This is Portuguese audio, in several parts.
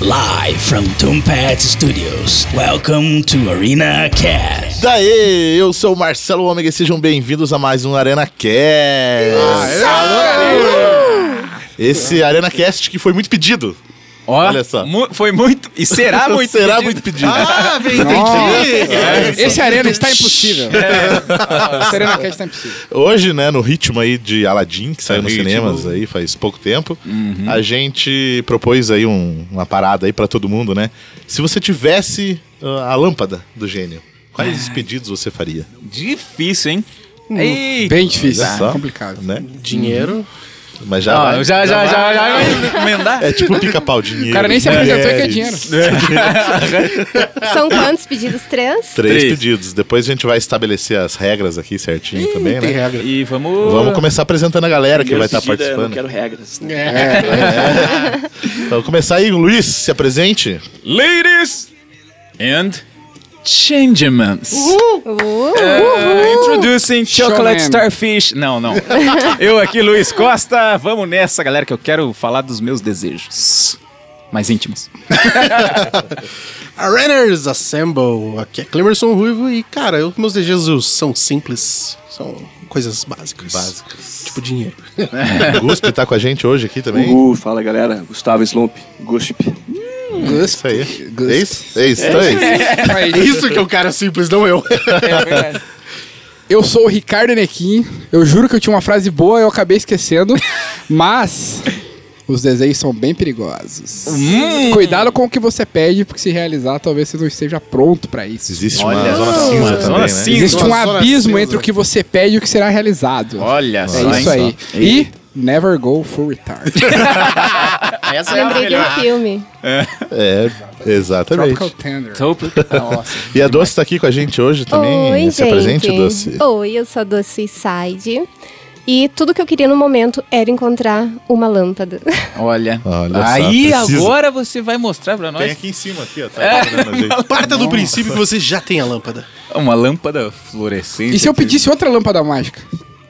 Live from Tombat Studios. Welcome to Arena Cast. Daí, eu sou o Marcelo Ômega e sejam bem-vindos a mais um Arena Cast. Esse Arena Cast que foi muito pedido. Olha só. mu- foi muito. E será muito. Será muito pedido. Ah, bem, É, Esse Arena está impossível. É. Esse Arena Cast está impossível. Hoje, né, no ritmo aí de Aladdin, que saiu nos Ritmo. cinemas aí faz pouco tempo, a gente propôs aí um- uma parada aí pra todo mundo, né? Se você tivesse ah, a lâmpada do gênio, quais pedidos você faria? Difícil, hein? Hum. Bem difícil. Olha só, é Complicado. Né? Dinheiro. Mas já, Ó, vai- já, já, já, já. Emendar? É tipo pica-pau, dinheiro. né? O cara nem se apresentou que é mulheres. dinheiro. São quantos pedidos? Três? Três, Três. pedidos. Depois a gente vai estabelecer as regras aqui certinho também, né? regra. E vamos. Vamos começar apresentando a galera que vai estar Primeiro pedido é, participando. Não quero regras. Vamos começar aí, Luiz, se apresente. Ladies and Changements. Uh, É, Introducing Chocolate Showman. Starfish. Não, não. Eu aqui, Luiz Costa. Vamos nessa, galera, que eu quero falar dos meus desejos. Mais íntimos. Areners Assemble. Aqui é Clemerson Ruivo e, cara, eu, meus desejos são simples. São coisas básicas. Básicas. Tipo dinheiro. É. Guspe tá com a gente hoje aqui também. Uh, fala galera, Gustavo Slump, Gushp. Isso aí. É isso? É isso, então é isso. É isso que é o cara simples, não eu. Eu sou o Ricardo Nequim. Eu juro que eu tinha uma frase boa e eu acabei esquecendo. Mas os desejos são bem perigosos. Hum. Cuidado com o que você pede, porque se realizar, talvez você não esteja pronto para isso. Existe Olha uma zona só. cinza Zona também, né? cinza. Existe um Nossa, zona abismo cinza. entre o que você pede e o que será realizado. Olha É só. isso hein? aí. E never go full retard. Essa é a lembrei de melhor. um filme. É, Tropical exatamente. Tender. Nossa. E a Doce tá aqui com a gente hoje também. Oi, se gente. apresente, Doce. Oi, eu sou a Doce Side. E tudo que eu queria no momento era encontrar uma lâmpada. Olha. Olha só, aí precisa. agora você vai mostrar pra nós aqui em cima, aqui, ó. Tá É. olhando a gente. Parta do princípio que você já tem a lâmpada. uma lâmpada fluorescente. E se eu aqui. pedisse outra lâmpada mágica?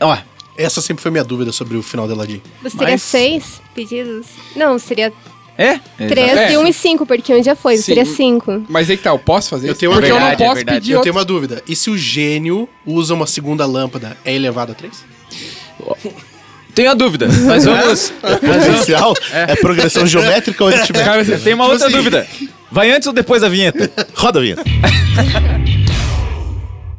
Ó, Essa sempre foi minha dúvida sobre o final de Aladdin. Você teria Mas- seis pedidos? Não, seria é? três É. e um e cinco, porque um já foi. Seria cinco. Mas aí que tá, eu posso fazer Eu isso? tenho uma Porque eu verdade, não é posso verdade. pedir eu outra. tenho uma dúvida. E se o gênio usa uma segunda lâmpada, é elevado a três? Tenho a dúvida, mas É. vamos. Potencial? É progressão geométrica É. ou aritmética? Cara, você Tem uma outra Tipo assim. dúvida. Vai antes ou depois da vinheta? Roda a vinheta.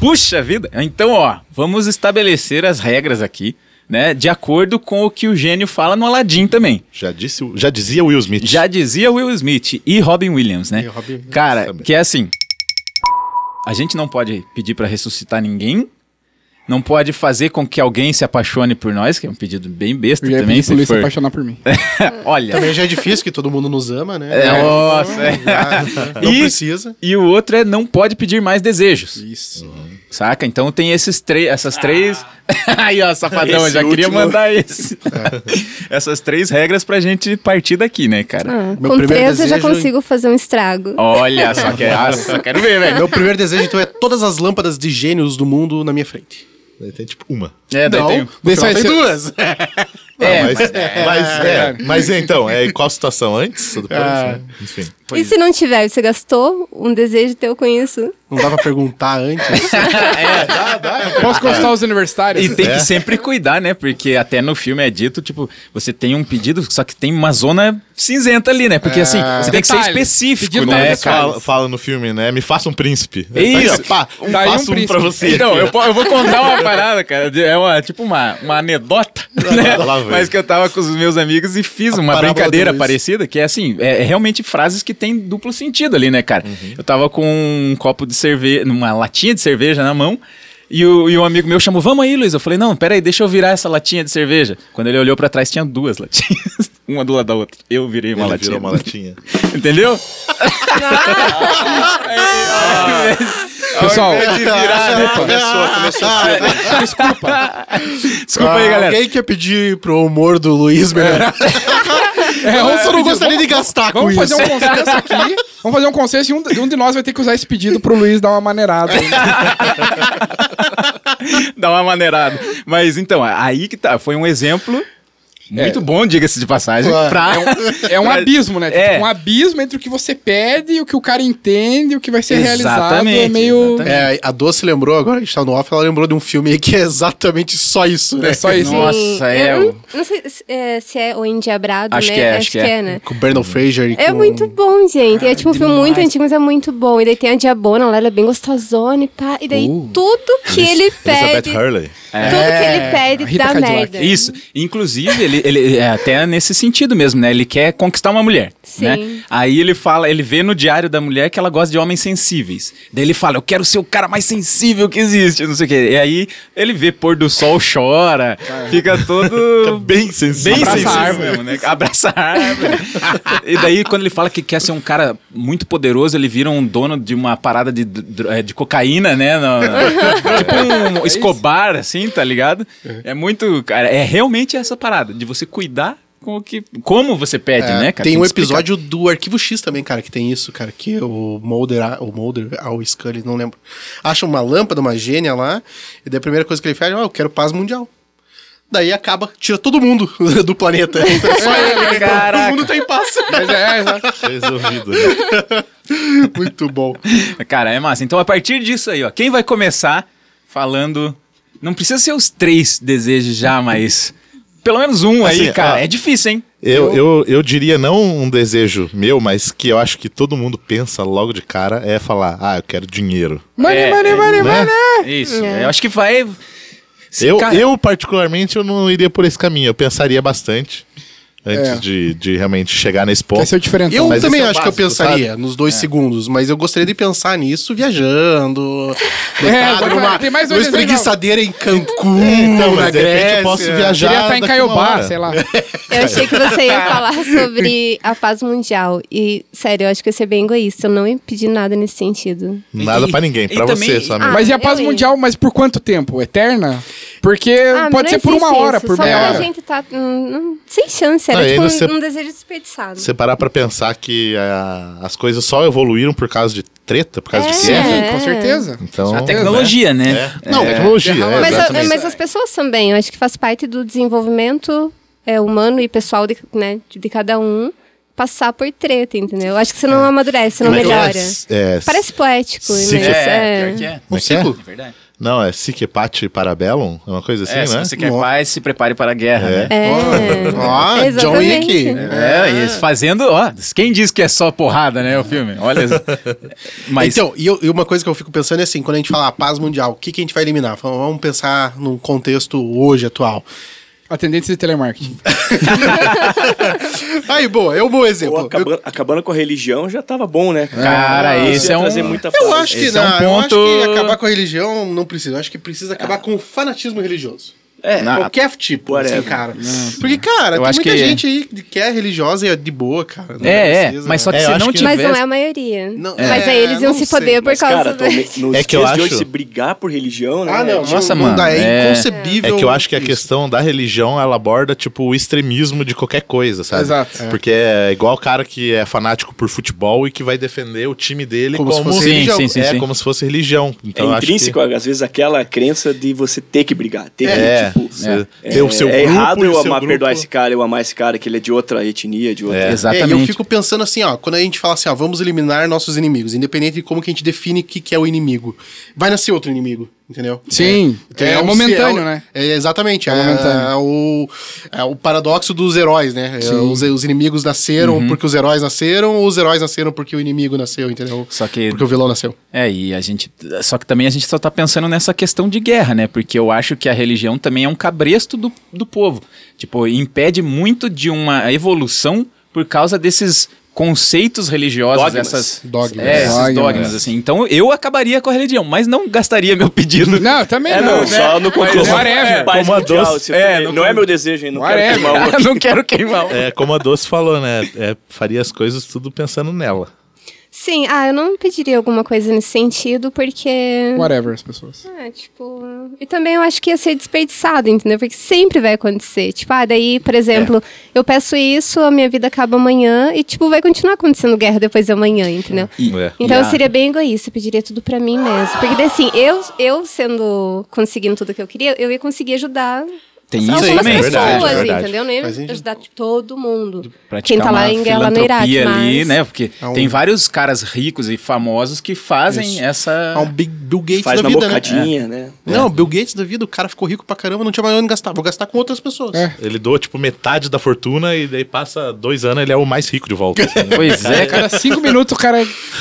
Puxa vida! Então, ó, vamos estabelecer as regras aqui, né? De acordo com o que o gênio fala no Aladdin também. Já, disse, o- já dizia Will Smith. Já dizia Will Smith e Robin Williams, né? E Robin Williams Cara, também. que é assim. A gente não pode pedir pra ressuscitar ninguém. Não pode fazer com que alguém se apaixone por nós, que é um pedido bem besta Eu já também, pedi pro se Luiz se for. apaixonar por mim. Olha. Também já é difícil, que todo mundo nos ama, né? Ah, É, nossa. é. Não, não E- precisa. E o outro é não pode pedir mais desejos. Isso. Saca? Então tem esses três, essas três. Aí, ó, safadão, eu Esse já queria último. mandar esse. essas três regras pra gente partir daqui, né, cara? Ah, Meu com primeiro três eu já desejo, hein? consigo fazer um estrago. Olha só que ah, só quero ver, velho. Meu primeiro desejo, então, é todas as lâmpadas de gênios do mundo na minha frente. Daí Tem tipo uma. É, daí tem. Daí só vai Só Então, tem ser- duas. É, mas, mas, é, mas então, é em qual situação? Antes ou depois? Enfim. e se não tiver, você gastou um desejo teu com isso? Não dá pra perguntar antes. é, um Posso consultar os universitários? E tem É. que sempre cuidar, né? Porque até no filme é dito, tipo, você tem um pedido, só que tem uma zona cinzenta ali, né? Porque assim, você tem que ser Detalhe. específico, Pedido né, tá no cara? Fala, fala no filme, né? Me faça um prínspe. É isso. Aí, ó, pá, Tá aí um faço um, príncipe. pra você. Então, eu, po- eu vou contar uma parada, cara. de- É uma, tipo uma, uma anedota, né? lá vem. Mas que eu tava com os meus amigos e fiz uma parábola brincadeira do Luiz. parecida, que é assim, é, é realmente frases que tem duplo sentido ali, né, cara? Uhum. Eu tava com um copo de cerveja, numa latinha de cerveja na mão. E, o, e um amigo meu chamou, vamos aí, Luiz. Eu falei, não, peraí, deixa eu virar essa latinha de cerveja. Quando ele olhou pra trás, tinha duas latinhas. Uma do lado da outra. Eu virei uma Ele latinha. virou uma latinha. Entendeu? Pessoal, começou, começou. Ah, Desculpa aí, galera. Alguém quer pedir pro humor do Luiz melhorar? é, Então, eu vamos- só não gostaria de gastar com vamos fazer isso. um consenso aqui. Vamos fazer um consenso e um, de- um de nós vai ter que usar esse pedido pro Luiz dar uma maneirada. Dá uma maneirada. Mas então, aí que tá. Foi um exemplo muito bom, diga-se de passagem. Claro. pra- É um pra- abismo, né? É. Tipo, um abismo entre o que você pede e o que o cara entende e o que vai ser realizado. É Exatamente, meio. exatamente. É, a Doce lembrou, agora a gente tá no off, ela lembrou de um filme aí que é exatamente só isso, né? É só isso. Nossa, Sim, é eu o- não- Não sei se é, se é o Endiabrado, Acho né? que é, acho que é. né? Com o Bernal Fraser e É com... muito bom, gente. É tipo um filme muito antigo, mas é muito bom. E daí tem a Diabona lá, ela é bem gostosona e pá. E daí Uh, tudo que ele pede. Elizabeth Hurley. Tudo que ele pede É, Rita dá Cadillac. merda. Isso. Inclusive, ele, ele é até nesse sentido mesmo, né? Ele quer conquistar uma mulher. Sim. Né? Aí ele fala, ele vê no diário da mulher que ela gosta de homens sensíveis. Daí ele fala, eu quero ser o cara mais sensível que existe, não sei o quê. E aí ele vê pôr do sol, chora, fica todo. Bem sensível. Bem Abraça sensível a árvore. mesmo, né? Abraça a árvore. e daí, quando ele fala que quer ser um cara muito poderoso, ele vira um dono de uma parada de, dro- eh, de cocaína, né? No- tipo um Escobar, assim, tá ligado? É muito. Cara, é realmente essa parada, de você cuidar com o que. Como você pede, É, né, cara? tem um que explicar. episódio do Arquivo X também, cara, que tem isso, cara, que o Mulder, o Mulder, ah, o Scully, não lembro, acha uma lâmpada, uma gênia lá, e daí a primeira coisa que ele faz é, ah, eu quero paz mundial. Daí acaba, tira todo mundo do planeta. Só ele, cara. Todo mundo tem paz. Mas é, é, exato. Resolvido. né? É Muito bom. Cara, é massa. Então, a partir disso aí, ó, quem vai começar falando. Não precisa ser os três desejos já, mas. Pelo menos um aí, Assim, cara. ah, é difícil, hein? Eu, eu, eu diria não um desejo meu, mas que eu acho que todo mundo pensa logo de cara é falar, ah, eu quero dinheiro. Money, É, money, é, money, né? money. Isso. É. Eu acho que vai. Se Eu, ca- eu, particularmente, eu não iria por esse caminho. Eu pensaria bastante antes É. de, de realmente chegar nesse ponto. Vai ser o diferente. Eu Mas também esse é o acho que eu básico, pensaria nos dois segundos, mas eu gostaria de pensar nisso viajando, deitado vai- numa, tem mais dois numa desenhos, espreguiçadeira em Cancún, Então, É, na mas de repente Grécia. eu posso Eu viajar. queria estar em daqui uma Caiobá, hora. sei lá. Eu achei que você ia falar sobre a paz mundial. E, sério, eu acho que eu ia ser bem egoísta. Eu não ia pedir nada nesse sentido. Nada E- pra ninguém, e pra também- você, só mesmo. Mas e a Ah, eu paz ia. mundial, mas por quanto tempo? Eterna? Porque Ah, mas É, pode não ser por uma existe hora, isso. por Só meia quando hora. a gente tá hum, hum, sem chance. Era Não, e tipo um, ainda você- um desejo desperdiçado. Você parar pra pensar que ah, as coisas só evoluíram por causa de treta, por causa de É. guerra. Sim, com certeza. Então, A tecnologia, né? É. Não, tecnologia, é, Mas, a- exatamente. mas as pessoas também, eu acho que faz parte do desenvolvimento é, humano e pessoal de, né, de de cada um passar por treta, entendeu? Eu acho que você não amadurece, você não Como é que é? melhora. É, Parece poético, Sim, mas que- é. pior que é. Como é que é? É verdade. Não, é Sic Pati Parabellum, é uma coisa assim, É, se né? você quer paz, se prepare para a guerra, É. né? É. Ó, Ah, John Exatamente. Wick. É, e eles fazendo, ó, quem diz que é só porrada, né, o filme? Olha, mas Então, e, eu- e uma coisa que eu fico pensando é assim, quando a gente fala ah, paz mundial, o que, que a gente vai eliminar? Fala, Vamos pensar num contexto hoje, atual. Atendentes de telemarketing. Aí, boa, é um bom Pô, exemplo. Eu, acabando, acabando com a religião já tava bom, né? Cara, Isso esse ia é um- trazer muita eu paz. acho que Esse é um não, eu acho ponto- que acabar com a religião não precisa. Eu acho que precisa acabar com o fanatismo religioso. É, na- qualquer tipo, assim, Whatever. cara. Porque, cara, Eu tem acho muita que- gente aí que é religiosa e é de boa, cara. Não é, é, mas precisa, né? só que É, eu se acho não que- Mas tivesse... não é a maioria. Não- Mas aí É, eles iam não se sei. foder por Mas, causa cara, do... atualmente, nos É que eu dias de acho- hoje, se brigar por religião, né? Ah, não, Nossa, não, mano, Não dá, é, é. inconcebível. É que eu acho que a isso. questão da religião, ela aborda, tipo, o extremismo de qualquer coisa, sabe? Exato. Porque é igual o cara que é fanático por futebol e que vai defender o time dele Como como, se fosse Sim, religião. sim, sim, é, sim. como se fosse religião. Então, É eu acho que- intrínseco, às vezes, aquela crença de você ter que brigar, ter É. que tipo. Você Tem o seu é grupo errado e o eu seu amar, grupo. perdoar esse cara, eu amar esse cara, que ele é de outra etnia, de outra. É. É, e Exatamente. eu fico pensando assim, ó, quando a gente fala assim, ó, vamos eliminar nossos inimigos, independente de como que a gente define o que, que é o inimigo, vai nascer outro inimigo, entendeu? Sim, é um- momentâneo, é um- né? É, exatamente, é, momentâneo. é o, é o paradoxo dos heróis, né? É, os, os inimigos nasceram Uhum. porque os heróis nasceram, ou os heróis nasceram porque o inimigo nasceu, entendeu? Só que- Porque o vilão nasceu. É, e a gente. Só que também a gente só tá pensando nessa questão de guerra, né? Porque eu acho que a religião também é um cabresto do, do povo. Tipo, impede muito de uma evolução por causa desses conceitos religiosos, Dogmas. essas. Dogmas. É, esses Dogmas. dogmas. assim. Então eu acabaria com a religião, mas não gastaria meu pedido. Não, eu também É, não, não. né? só no concurso. whatever. Paz Como a mundial, doce. se eu tenho- não, é meu desejo, hein? Não quero Whatever. queimar o- não quero queimar. É, como a Doce falou, né? É, faria as coisas tudo pensando nela. Sim, ah, eu não pediria alguma coisa nesse sentido, porque. Whatever, as pessoas. Ah, tipo. E também eu acho que ia ser desperdiçado, entendeu? Porque sempre vai acontecer. Tipo, ah, daí, por exemplo, eu peço isso, a minha vida acaba amanhã e, tipo, vai continuar acontecendo guerra depois de amanhã, entendeu? É. Então eu a- seria bem egoísta, eu pediria tudo pra mim mesmo. Porque daí assim, eu, eu sendo conseguindo tudo que eu queria, eu ia conseguir ajudar Tem algumas isso também. né? pessoas, verdade, é verdade. entendeu? Não ia Faz sentido. ajudar tipo, todo mundo. Praticar Quem tá lá uma em guerra lá no filantropia Iraque, ali, mas- né? Porque É um- tem vários caras ricos e famosos que fazem Isso. essa. É um Big Bill Gates Faz da na vida, né? bocadinha, né? Não, Bill Gates da vida, o cara ficou rico pra caramba, não tinha mais onde gastar, vou gastar com outras pessoas. É. Ele doa, tipo, metade da fortuna e daí passa dois anos, ele é o mais rico de volta. assim, né? Pois é, cara. Cada cinco minutos o cara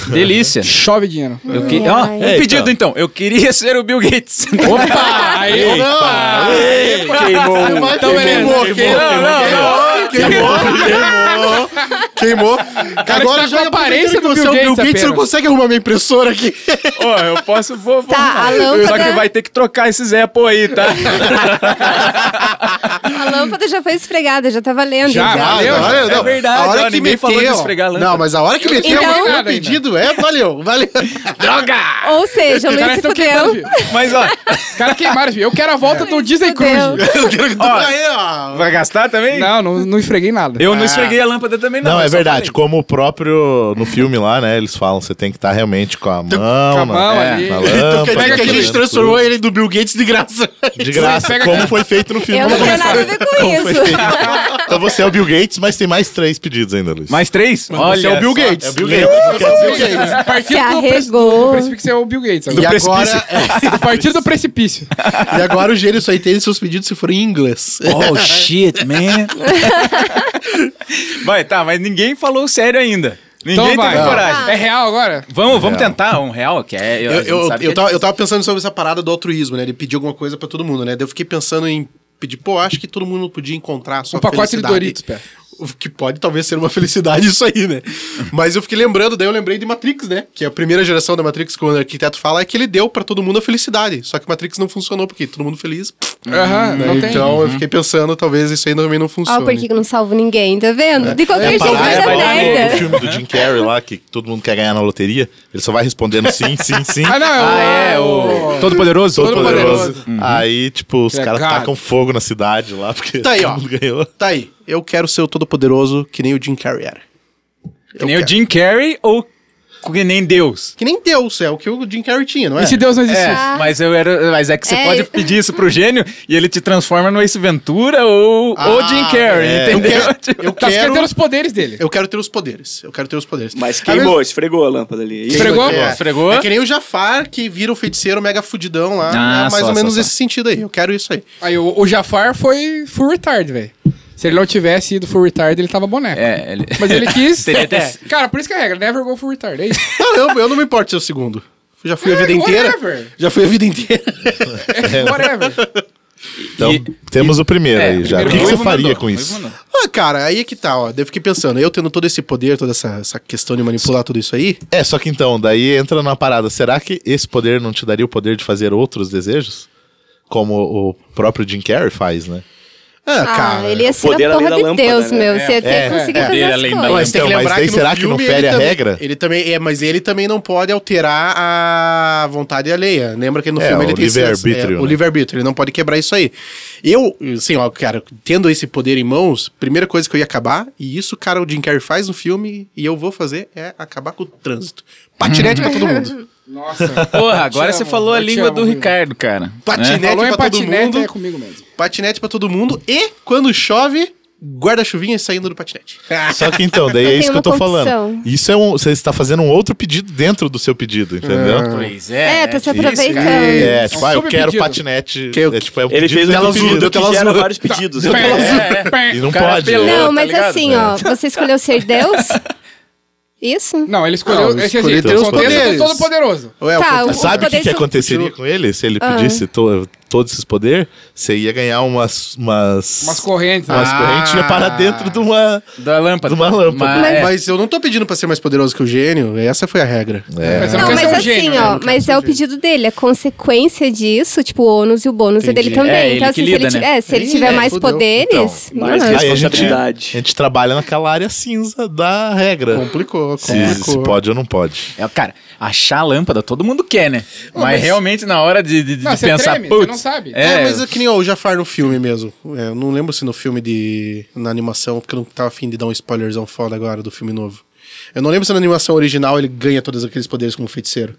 Delícia. chove dinheiro. Eu que... Ó, um Eita. pedido então. Eu queria ser o Bill Gates. Opa! Aí, não, Queimou. Você vai- Então, beleza. queimou, queimou, Não, não, queimou, queimou, queimou, queimou. Agora tá já com a aparência aproveitando que do você é Bill Gates o Bill Gates, você não apenas. consegue arrumar minha impressora aqui. Ó, eu posso. Vou, vou. Tá, a Só lâmpada- que vai ter que trocar esses Apple aí, tá? A lâmpada já foi esfregada, já tá valendo. Já, valeu, já. Olha, não, É verdade, A hora ó, que ninguém falou de meteu. esfregar a lâmpada. Não, mas a hora que meteu Então- o pedido é, valeu, valeu. Ou seja, o Os Luiz caras se estão queimando, fudeu. filho. Mas ó, Os caras queimaram, filho. Eu quero a volta do Disney Cruz. Fudeu. Eu quero que- Aí, ó. vai gastar também? Não, não, não esfreguei nada. Eu não esfreguei a lâmpada também, não. Não, eu é só verdade. falei. Como o próprio no filme lá, né? Eles falam, você tem que estar realmente com a mão, na- a mão é, ali. na Então lâmpada, quer dizer que a gente fazendo transformou ele do Bill Gates de graça. tudo. de graça, Pega como foi feito no filme. Eu não tenho nada a ver com Como foi isso. feito. Então você é o Bill Gates, mas tem mais três pedidos ainda, Luiz. Mais três? Olha. é o Bill só. Gates. É o Bill Gates. Quer dizer, A partir Se do pre- arregou. do precipício é o Bill Gates. E Agora. agora, é, A partir do precipício. e agora o gênio só entende seus pedidos se forem em inglês. Oh shit, man. vai, tá, mas ninguém falou sério ainda. Então Ninguém vai. teve coragem. Tá. É real agora? Vamos, vamos tentar um real, que é. Eu, eu, eu, tava, eu tava pensando sobre essa parada do altruísmo, né? Ele pediu alguma coisa pra todo mundo, né? Daí eu fiquei pensando em pedir, pô, acho que todo mundo podia encontrar a sua Um pacote de felicidade. Doritos, pé. O que pode talvez ser uma felicidade isso aí, né? Mas eu fiquei lembrando, daí eu lembrei de Matrix, né? Que a primeira geração da Matrix, quando o arquiteto fala, é que ele deu pra todo mundo a felicidade. Só que Matrix não funcionou, porque todo mundo feliz. pff, Aham, né? não tem. então Uhum. eu fiquei pensando, talvez isso aí também não Ó, funcione. por Ah, que que eu não salvo ninguém, tá vendo? De qualquer jeito Parar vai é dar igual no- no merda. filme do Jim Carrey lá, que todo mundo quer ganhar na loteria, ele só vai respondendo sim, sim, sim. Ah, não, Ah, é, o. Todo Poderoso? Todo Todo-Poderoso. poderoso. Aí, tipo, os É caras gato. tacam fogo na cidade lá, porque Tá aí, todo ó. mundo ganhou. Tá aí, eu quero ser o todo-poderoso que nem o Jim Carrey era. Que nem o Jim Carrey ou que nem Deus? Que nem Deus, é o que o Jim Carrey tinha, não é? E se Deus não existisse? É, mas eu era. Mas é que você É. pode pedir isso pro gênio e ele te transforma no Ace Ventura ou, ou Jim Carrey, é. entendeu? Eu Tipo, Eu Tá, você quer quero, ter os poderes dele. eu quero ter os poderes. Eu quero ter os poderes. Mas Às vezes- queimou, esfregou a lâmpada ali. E aí, Esfregou? É, Esfregou? É que nem o Jafar que vira o feiticeiro mega fudidão lá. Ah, é mais só, ou menos só, só. esse sentido aí. Eu quero isso aí. Aí o, o Jafar foi full retard, velho. Se ele não tivesse ido full retard, ele tava boneco. É, ele- Mas ele quis. Teria até- É. Cara, por isso que é a regra, never go full retard. É isso. Caramba, eu não me importo ser o segundo. Eu Já fui a É, vida inteira. whatever. Já fui a vida inteira. É, whatever. Então, temos o primeiro aí já. O que, que você Ruivo faria mandou, com Ruivo isso? mandou. ah, cara, aí é que tá, ó. Daí Eu fiquei pensando, eu tendo todo esse poder, toda essa, essa questão de manipular tudo isso aí. É, só que então, daí entra numa parada. Será que esse poder não te daria o poder de fazer outros desejos? Como o próprio Jim Carrey faz, né? Ah, Ah, cara. ele ia ser poder a além porra da de lâmpada, Deus, né? meu. Você ia ter é, que conseguir é. fazer Poder as além da coisas. Mas tem Então, que mas lembrar daí que no será que filme não fere ele a também- regra? Ele também, é, mas ele também não pode alterar a vontade alheia. Lembra que no É, filme o ele tem esse- livre-arbítrio, é, o né? livre-arbítrio, ele não pode quebrar isso aí. Eu, assim, ó, cara, tendo esse poder em mãos, primeira coisa que eu ia acabar, e isso, cara, o Jim Carrey faz no filme e eu vou fazer é acabar com o trânsito. Patinete pra todo mundo. Nossa. Porra, agora te você amo, falou a eu te língua amo, do viu? Ricardo, cara. Patinete Falou em pra todo patinete mundo. é né? comigo mesmo. Patinete pra todo mundo e, quando chove, guarda-chuvinha saindo do patinete. Só que então, daí é Eu isso que tenho eu tô uma falando. confissão. Isso é um. Você está fazendo um outro pedido dentro do seu pedido, entendeu? Né? Pois É, tá se né? aproveitando. É, É tipo, um ah, eu quero subpedido. patinete. Que eu- é, tipo, é um Ele pedido fez um dentro do pedido pedido. que gera vários pedidos. Eu tô- é. E não pode. Não, mas assim, ó, você escolheu ser Deus? Isso? Não, ele escolheu. Não, Não, eu esse escolhi esse ter os contexto poderes. todo poderoso. Ou é o Tá, contrário? o- Sabe o que, que poderes- aconteceria com ele? Se ele Ah. pedisse to- todos esses poderes, você ia ganhar umas. Umas, Umas correntes. umas Ah. correntes e ia parar dentro de uma. Da lâmpada. De uma lâmpada. Mas- é. Mas eu não tô pedindo pra ser mais poderoso que o gênio, essa foi a regra. É. Você não Não, quer mas ser um assim, gênio, né? ó, mas é o pedido dele. A consequência disso, tipo, o ônus e o bônus é dele Entendi. também. É, ele então, que assim, se, lida, ele, ti- né? é, se ele Ih, tiver mais fudeu. poderes. mais não, Aí a gente, a responsabilidade. gente trabalha naquela área cinza da regra. Complicou, Se, complicou. se pode ou não pode. É, cara, achar a lâmpada todo mundo quer, né? mas, realmente na hora de, de- de Não, você pensar, treme, você putz. não sabe. É, É, mas é que nem ó, o Jafar no filme mesmo. É, eu não lembro se no filme de. na animação, porque eu não tava afim de dar um spoilerzão foda agora do filme novo. Eu não lembro se na animação original ele ganha todos aqueles poderes como feiticeiro.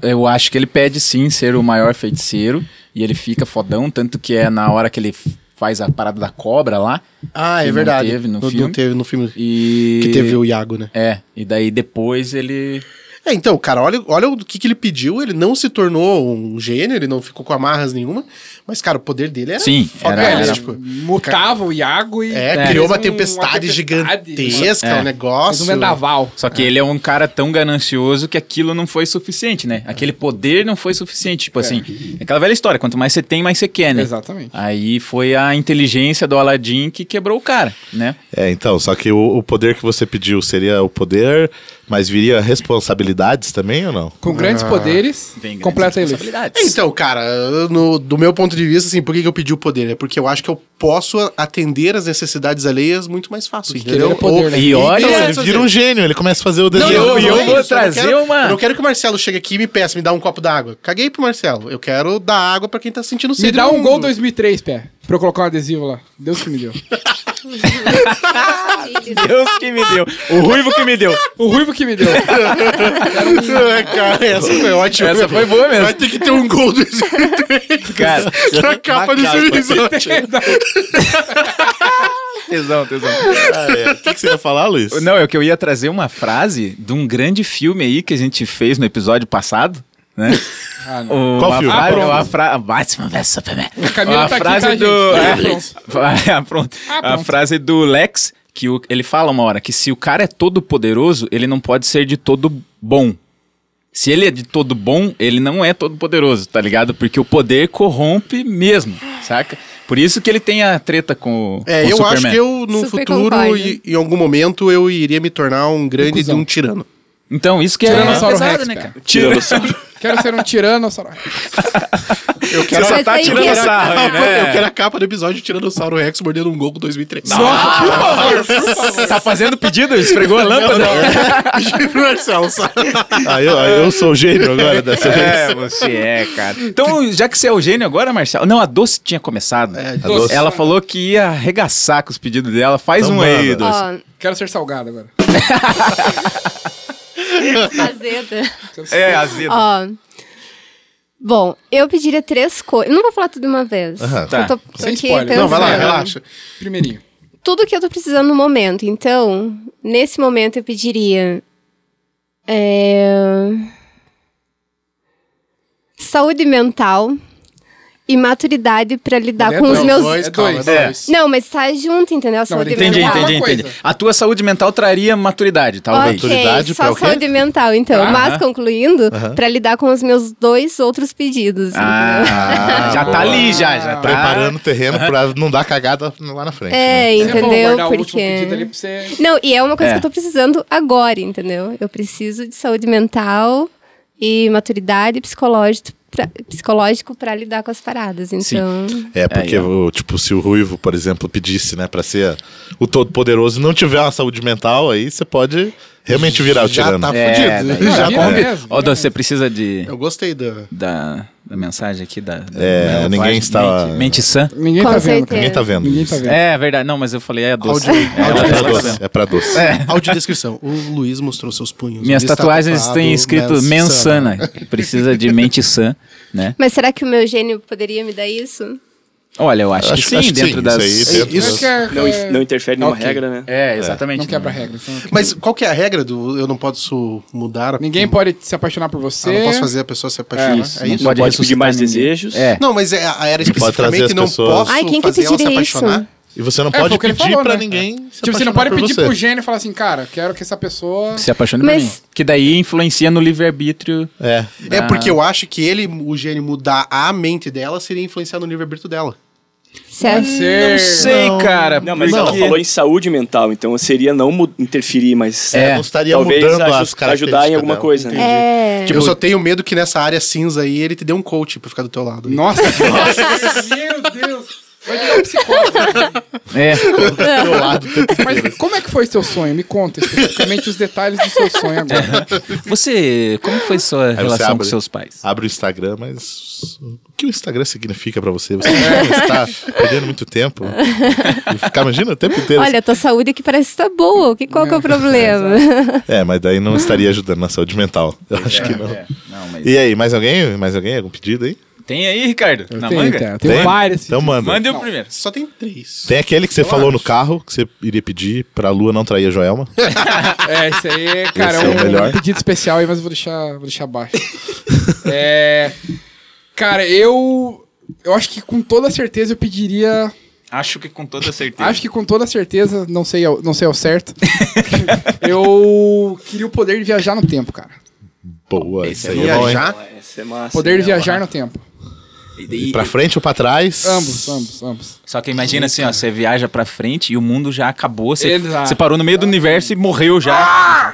eu acho que ele pede sim ser o maior feiticeiro e ele fica fodão, tanto que é na hora que ele f- faz a parada da cobra lá. Ah, que é verdade. Não teve no não, filme. Não teve no filme E... que teve o Iago, né? É, e daí depois ele... É, então, cara, olha, olha o que, que ele pediu. Ele não se tornou um gênio, ele não ficou com amarras nenhuma. Mas, cara, o poder dele era. Sim, foda, era- né? era- Tipo, Mutava o Iago e. é, fez criou uma um- tempestade tempestade, gigantesca, É. um Fez negócio. um vendaval. Só que ele é um cara tão ganancioso que aquilo não foi suficiente, né? Aquele poder não foi suficiente. Tipo assim, é aquela velha história, quanto mais você tem, mais você quer, né? Exatamente. Aí foi a inteligência do Aladdin que quebrou o cara, né? É, então, só que o, o poder que você pediu seria o poder, mas viria responsabilidades também ou não? Com grandes poderes, completa ele. É, Então, cara, no- do meu ponto de vista, assim, por que, que eu pedi o poder? É porque eu acho que eu posso atender as necessidades alheias muito mais fácil, entendeu? ele é poder, né? E olha, Então, Ele vira um gênio, ele começa a fazer o Não, desenho. eu- não, e não é eu vou isso, trazer não quero- uma- Eu não quero que o Marcelo chegue aqui e me peça, me dá um copo d'água. Caguei pro Marcelo. Eu quero dar água pra quem tá sentindo Me sede. dá no um mundo. gol 2003, pé. Pra eu colocar um adesivo lá. Deus que me deu. Deus que me deu. O ruivo que me deu. O Ruivo que me deu. É, cara, essa foi ótima. Essa foi boa mesmo. Vai ter que ter um gol do Smith Cara, na capa do capa. Smith. tesão, tesão. Ah, é. O que, que você ia falar, Luiz? Não, é que eu ia trazer uma frase de um grande filme aí que a gente fez no episódio passado, né? Ah, O- Qual uma filme? Ah, fra- Apronto. uma fra- Batman vs Superman. Camila a tá aqui, frase tá, Ah, do gente? É, apronto. A Apronto. frase do Lex que o- ele fala uma hora que se o cara é todo poderoso, ele não pode ser de todo bom. Se ele é de todo bom, ele não é todo poderoso, tá ligado? Porque o poder corrompe mesmo, saca? Por isso que ele tem a treta com, o- É, com o eu Superman. acho que eu, no Super futuro, concordo. e, em algum momento, eu iria me tornar um grande de Cusão. um tirano. Então, isso que é Tiranossauro pesado, Rex, né, cara. cara? Tirando só. Quero ser um tiranossauro. Eu quero, Você só tá Mas aí tirando que- eu quero a sarro aí, capa- né? Eu quero a capa do episódio de Tiranossauro Rex mordendo um gol com 2003. Ah, Tá fazendo pedido? Esfregou a lâmpada? É. Pedi pro Marcelo, sabe? Ah, eu, eu sou o gênio agora dessa vez. É, você é, cara. Então, já que você é o gênio agora, Marcelo. Não, a Doce tinha começado. né? É, Doce. Doce. Ela falou que ia arregaçar com os pedidos dela. Faz Então um manda. aí, Doce. Quero ser salgado agora. Azeda. É, azedo. Ó. Bom, eu pediria três coisas. Não vou falar tudo de uma vez. Aham. Tá. Eu tô, tô Sem aqui spoiler. pensando. Não, vai É. lá, relaxa. Primeirinho. Tudo que eu tô precisando no momento. Então, nesse momento eu pediria. é, Saúde mental e maturidade pra lidar Olha, com os não, meus. Dois, É calma, dois. dois. Não, mas tá junto, entendeu? A saúde Entendi, mental. entendi, Uma coisa. entendi. A tua saúde mental traria maturidade, Tá talvez. Ok, Maturidade pra só o quê? saúde mental, então. Ah. Aham. Mas, concluindo, pra lidar com os meus dois outros pedidos. entendeu? Ah, já tá boa. ali, já. já tá. Preparando o terreno pra não dar cagada lá na frente. né? É, É bom entendeu? guardar o último pedido ali Porque. pra você... Não, e é uma coisa É. que eu tô precisando agora, entendeu? Eu preciso de saúde mental e maturidade psicológico pra, psicológico pra lidar com as paradas. Então. É, porque, Aí, ó. o, tipo, se o Ruivo, por exemplo, pedisse, né, pra ser o Todo-Poderoso e não tiver uma saúde mental, aí você pode Realmente virar o Já tirano. tá É, fudido. daí já Imagina tá- mesmo. Ó, Dan, você precisa de, Eu gostei da. da, da mensagem aqui da. da- É, da- ninguém mente- está- Mente, mente sã. Ninguém Com tá vendo, cara. certeza. Ninguém tá vendo. Ninguém tá vendo. É, verdade. Não, mas eu falei, é doce. Áudio- É, áudio- É ela pra tá doce. vendo. É pra doce. Audiodescrição. O Luiz mostrou seus punhos. Minhas Ele está tatuagens tatuado, têm escrito mensana. mensana. Precisa de mente sã, né? Mas será que o meu gênio poderia me dar isso? Olha, eu acho, Acho- que sim, acho que dentro sim, das. isso aí, dentro Isso das- que é, Não, in- não interfere nenhuma Ok. regra, né? É, exatamente. Não quebra a regra. então não quebra. Mas qual que é a regra do eu não posso mudar? a- Ninguém pode se apaixonar por Ah, você. não posso fazer a pessoa se apaixonar. É, isso. não Pode pedir ressuscitar mais ninguém. desejos. É. Não, mas é, a era pode trazer especificamente as não pessoas. posso Ai, quem que fazer ela se pediria isso? apaixonar. E você não É, foi pode o que ele pedir falou, pra né? ninguém. Se Tipo, você não pode apaixonar por pedir você. pro gênio e falar assim, cara, quero que essa pessoa. Se apaixone Mas- por mim. Que daí influencia no livre-arbítrio. É. É porque Ah. eu acho que ele, o gênio, mudar a mente dela seria influenciar no livre-arbítrio dela. Certo. Ser... Sei, cara. Não, mas ela falou em saúde mental, então seria não mu- interferir, mas É, não estaria talvez mudando aju- as características ajudar em alguma dela. coisa. Né? É. Tipo, eu só tenho medo que nessa área cinza aí ele te dê um coach pra ficar do teu lado. Nossa, meu Deus. Vai virar um psicólogo. É. Mas como é que foi seu sonho? Me conta especificamente os detalhes do seu sonho É. agora. Você, como foi sua relação com abre. seus pais? Abre o Instagram, mas o que o Instagram significa pra você? Você não está perdendo muito tempo. E ficar, imagina, o tempo inteiro. Olha, tua saúde aqui parece estar boa. Que, qual que é o problema? É, mas daí não estaria ajudando na saúde mental. Eu acho que não. Não, mas... E aí, mais alguém? Mais alguém? Algum pedido aí? Tem aí, Ricardo? na tem, manga? cara, tem, um vários. Então manda. Mande o primeiro. Só tem três. Tem aquele que você falou no carro, que você iria pedir pra Lua não trair a Joelma. É, isso aí, cara, Esse é é o um melhor. pedido especial aí, mas eu vou deixar, vou deixar baixo. é, cara, eu eu acho que com toda certeza eu pediria, Acho que com toda certeza. acho que com toda certeza, não sei, ao- não sei ao certo. eu queria o poder de viajar no tempo, cara. Boa, isso aí é bom, hein? Viajar? Essa é massa. Poder de né? viajar no tempo. E pra frente ou pra trás? Ambos, ambos, ambos. Só que imagina assim, ó, você viaja pra frente e o mundo já acabou. Você, Exato. você parou no meio do universo e morreu já.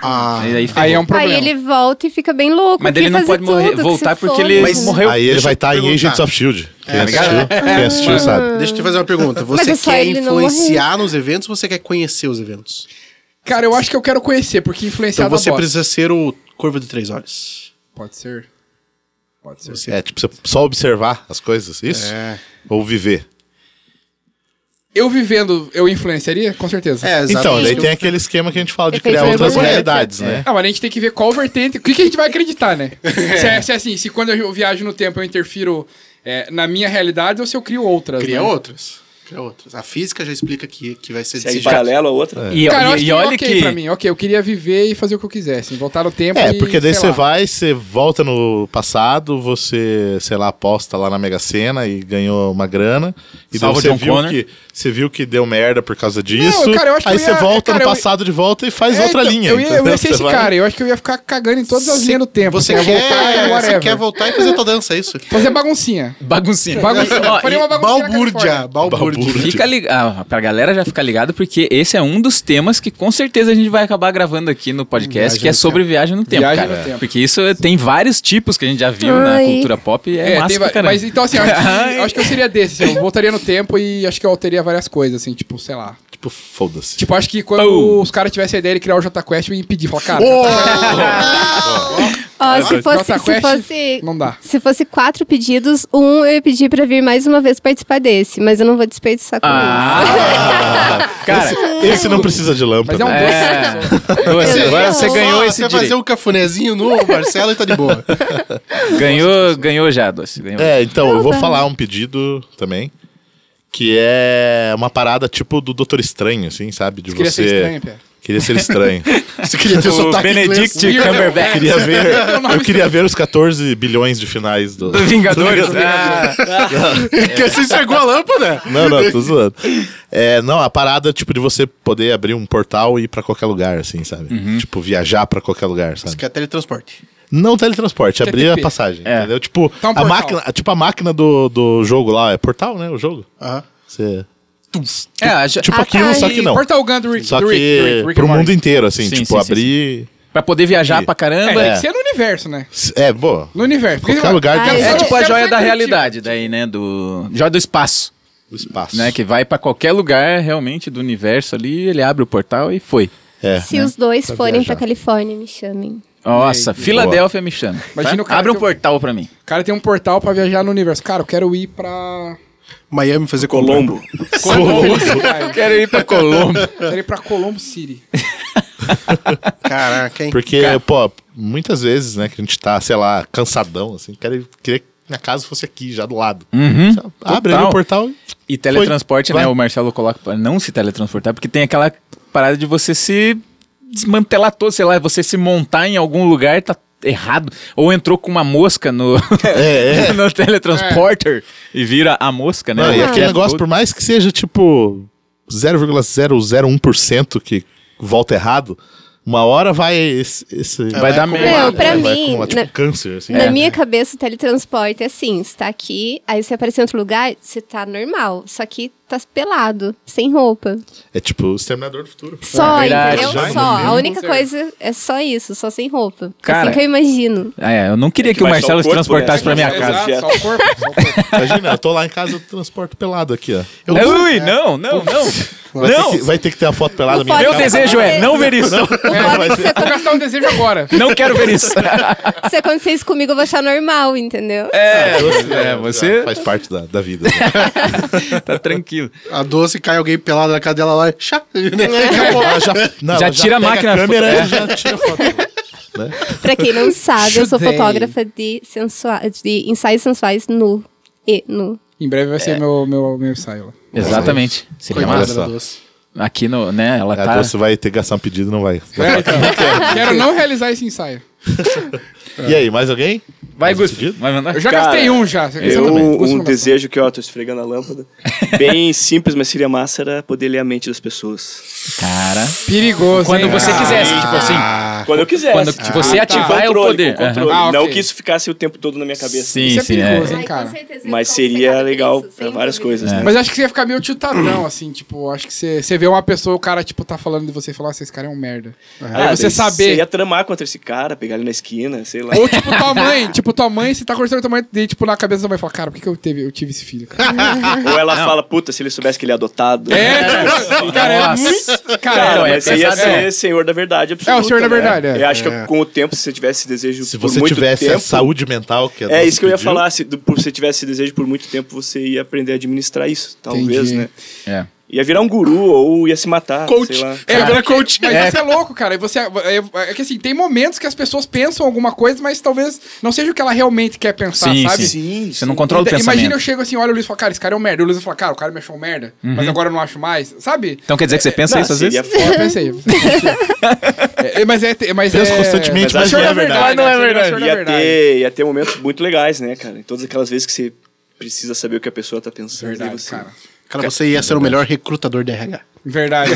Ah, Aí, aí, Aí é um Aí problema. ele volta e fica bem louco. Mas quer ele não fazer pode morrer- tudo, que voltar se porque foda. ele Mas- morreu. Aí ele Deixa vai eu estar em perguntar. Agents of S.H.I.E.L.D. Quem É, assistiu, quem assistiu sabe. Deixa eu te fazer uma pergunta. Mas Você é só quer ele não influenciar nos eventos ou você quer conhecer os eventos? Cara, eu acho que eu quero conhecer, porque influenciar Então da você bosta. precisa ser o Corvo de Três Olhos. Pode ser. Pode ser. Você É, tipo, você só observar as coisas, isso? É. Ou viver. Eu vivendo, eu influenciaria? Com certeza. É, exato. Então, daí Isso. tem aquele esquema que a gente fala de Efeito criar outras borboleta. realidades, né? Ah, mas a gente tem que ver qual vertente, o que, que a gente vai acreditar, né? se, é, se é assim, se quando eu viajo no tempo eu interfiro é, na minha realidade ou se eu crio outras. Cria né? outras. Cria outras. A física já explica que, que vai ser Segue desse jeito. paralelo a outra. é. E, Cara, eu e- acho e que é olha ok que. pra mim, ok, eu queria viver e fazer o que eu quisesse, voltar no tempo É, e, porque daí sei você lá. vai, você volta no passado, você, sei lá, aposta lá na Mega Sena e ganhou uma grana. E daí Salva você John viu, Connor. que, você viu que deu merda por causa disso. cara, eu acho que aí eu você ia- volta cara, no eu- passado de volta e faz É, outra então, linha. Eu ia, eu ia entendeu? ser Você esse vai- cara, eu acho que eu ia ficar cagando em todas as linhas do tempo. Você, assim, eu ia voltar, quer, é, você whatever. quer voltar e fazer tua dança, é isso? é Fazer baguncinha. Baguncinha. Baguncinha. Ó, Faria e- uma baguncinha na Balbúrdia. Califórnia. Balbúrdia. Balbúrdia. Fica ligado, pra galera já ficar ligado, porque esse é um dos temas que com certeza a gente vai acabar gravando aqui no podcast, Viagem que é no sobre viagem no tempo, Viagem cara. no tempo. Porque isso tem vários tipos que a gente já viu na Ai. cultura pop e é, É, massa tem pra va- caramba. mas então assim, eu acho que, eu acho que eu seria desse, assim, eu voltaria no tempo e acho que eu alteria várias coisas, assim, tipo, sei lá. Tipo, foda-se. Tipo, acho que quando Pum. os caras tivessem a ideia de criar o JQuest, eu ia impedir. Falar, cara, Ó, se fosse, Jota se Quest, fosse, não dá. se fosse quatro pedidos, um eu ia pedir pra vir mais uma vez participar desse, mas eu não vou desperdiçar com Ah, cara, Esse não precisa de Mas lâmpada. é um é, doce. você, agora Eu você só- ganhou Só esse você fazer direito. um cafunézinho no Marcelo e tá de boa. Ganhou, ganhou já, Doce. Ganhou. É, então, eu vou falar um pedido também. Que é uma parada tipo do Doutor Estranho, assim, sabe? De Queria você. ser estranho, Pé. Queria ser estranho. Você queria ter o o sotaque inglês. Benedict Cumberbatch. queria ver, o nome eu queria ver os 14 bilhões de finais do. Do Vingadores. Ah, Porque você enxergou a lâmpada. Não, não, tô zoando. É, não, a parada, tipo, de você poder abrir um portal e ir pra qualquer lugar, assim, sabe? Uhum. Tipo, viajar pra qualquer lugar, sabe? Você quer é teletransporte. Não teletransporte, abrir a TTP. passagem, É. entendeu? Tipo, Tá um a portal. máquina, tipo a máquina do, do jogo lá, é portal, né? O jogo. Aham. Você, é, a jo- tipo Ah, aquilo, tá, só e que não. Portal Gun do Rick. Só do Rick, do Rick, que do Rick and pro mundo Morty. inteiro, assim, Sim, tipo, sim, sim, abrir... pra poder viajar E- pra É, caramba. tem É. que ser no universo, né? É, boa. No universo. Porque Qualquer sei lá, lugar que Ah, você É, Eu tipo a quero joia ser da criativo. realidade, daí, né? Do. né, Joia do espaço. o espaço. né? Que vai pra qualquer lugar realmente do universo ali, ele abre o portal e foi. É. Se os dois Pra forem viajar. pra Califórnia, me chamem. Nossa, Filadélfia me chama. Imagina tá? o cara Abre um que eu- portal pra mim. O cara tem um portal pra viajar no universo. Cara, eu quero ir pra. Miami fazer Colombo. Colombo. Felicidade. Quero ir pra Colombo. quero ir pra Colombo City. Caraca, hein? Porque, pô, muitas vezes, né, que a gente tá, sei lá, cansadão, assim, quero, queria que minha casa fosse aqui, já do lado. Só Abre ali Total. o portal e E teletransporte, Foi. né? Vai. O Marcelo coloca pra não se teletransportar, porque tem aquela parada de você se desmantelar todo, sei lá, você se montar em algum lugar, tá errado. Ou entrou com uma mosca no, É, no teletransporter e vira a mosca, né? Não, e O aquele objeto negócio, todo. por mais que seja tipo 0,001% que volta errado, uma hora vai esse. esse- É, Vai dar Vai merda. Não, pra vai mim, acumular, tipo na- câncer, assim. Na minha cabeça, o teletransporte é assim: você tá aqui, aí você aparece em outro lugar, você tá normal. Só que tá pelado, sem roupa. É tipo o Exterminador do Futuro. Só, É verdade. entendeu? Já Só. A imagino. única Certo. coisa é só isso, só sem roupa. Cara, assim que eu imagino. Ah, é, eu não queria que, o vai só Marcelo o se corpo, transportasse né? pra minha Vai casa. Exato, só o corpo. Só o corpo. Imagina, eu tô lá em casa, eu transporto pelado aqui, ó. Eu- É, Ui, não, não, não. Vai, Não. Ter, que, vai ter que ter uma foto pelada Não minha. pode na Meu Não, cama. desejo é não. não ver isso. O foda é que se, Vou acon- gastar um desejo agora. Não quero ver isso. se acontecer isso comigo, eu vou achar normal, entendeu? É, você, É, você- faz parte da, da vida. né? tá tranquilo. A doce cai alguém pelado na cadela lá. Chá. né? É. Ela já, não, Já ela tira a pega máquina- A câmera É. e já tira a foto. Pra quem não sabe, eu sou Chutei. fotógrafa de, sensua... de ensaios sensuais nu. E nu. Em breve vai ser meu, meu, meu ensaio lá. Exatamente. Seria Coitado. massa. Coitada da doce. Aqui no, né, ela É, tá... Você vai ter que gastar um pedido e não vai. É, então. Quero não realizar esse ensaio. E aí, mais alguém? Vai, Faz um Gusto. pedido? Vai mandar? Eu já Cara, gastei um já. Você Eu, também. um Custa uma desejo que, ó, tô esfregando a lâmpada. Bem simples, mas seria massa, era poder ler a mente das pessoas. Cara... gasolina. Perigoso, Quando hein? você Ah, quisesse, tipo assim... Quando eu quisesse. Quando que você Com ativar controle, é o poder. com controle. Aham. Ah, ok. Não que isso ficasse o tempo todo na minha cabeça. Isso é perigoso, hein, Ai, cara? com certeza, Mas como seria secada legal isso, pra sem várias dúvida. coisas, né? Mas acho que você ia ficar meio tiltadão, assim, tipo, acho que você, você vê uma pessoa, o cara, tipo, tá falando de você e fala, nossa, esse cara é um merda. Aí Ah, você daí saber. ia tramar contra esse cara, pegar ele na esquina, sei lá. Ou tipo tua mãe, tipo, tua mãe, você tá conversando com tua mãe, daí, tipo, na cabeça da tua mãe fala, cara, por que, que eu, teve, eu tive esse filho? Cara, Ou ela fala, puta, se ele soubesse que ele é adotado. é, tipo, cara, é Nossa. muito. Cara, Cara, é mas você ia pesado, ser senhor da verdade É, absoluta. o senhor da né? verdade, é. Eu acho que com o tempo, se você tivesse esse desejo Se por você muito tivesse tempo... a saúde mental Tá que a É Dulce isso que eu ia pediu, falar. Se do- por- você tivesse esse desejo por muito tempo, você ia aprender a administrar isso, talvez, Entendi. né? É. Ia virar um guru ou ia se matar, sei lá. É, Agora porque- coach. Mas É. você é louco, cara. e Você, é, é que assim, tem momentos que as pessoas pensam alguma coisa, mas talvez não seja o que ela realmente quer pensar, Sim, sabe? sim. Você não controla o Ida- pensamento. Imagina eu chego assim, olha o Luiz e falo, cara, esse cara é um merda. E o Luiz fala, cara, o cara me achou um merda, mas agora eu não acho mais, sabe? Então quer dizer que você pensa É, Não, isso às seria vezes? Eu pensei. é, é, mas é. te- Mas Penso é constantemente, mas mas não é verdade. Mas não é né? verdade. Senhor da Ia verdade. ter, ia ter momentos muito legais, né, cara? Todas aquelas vezes que você precisa saber o que a pessoa tá pensando. Verdade, e você- cara. Cara, você ia ser o melhor recrutador de RH. Verdade.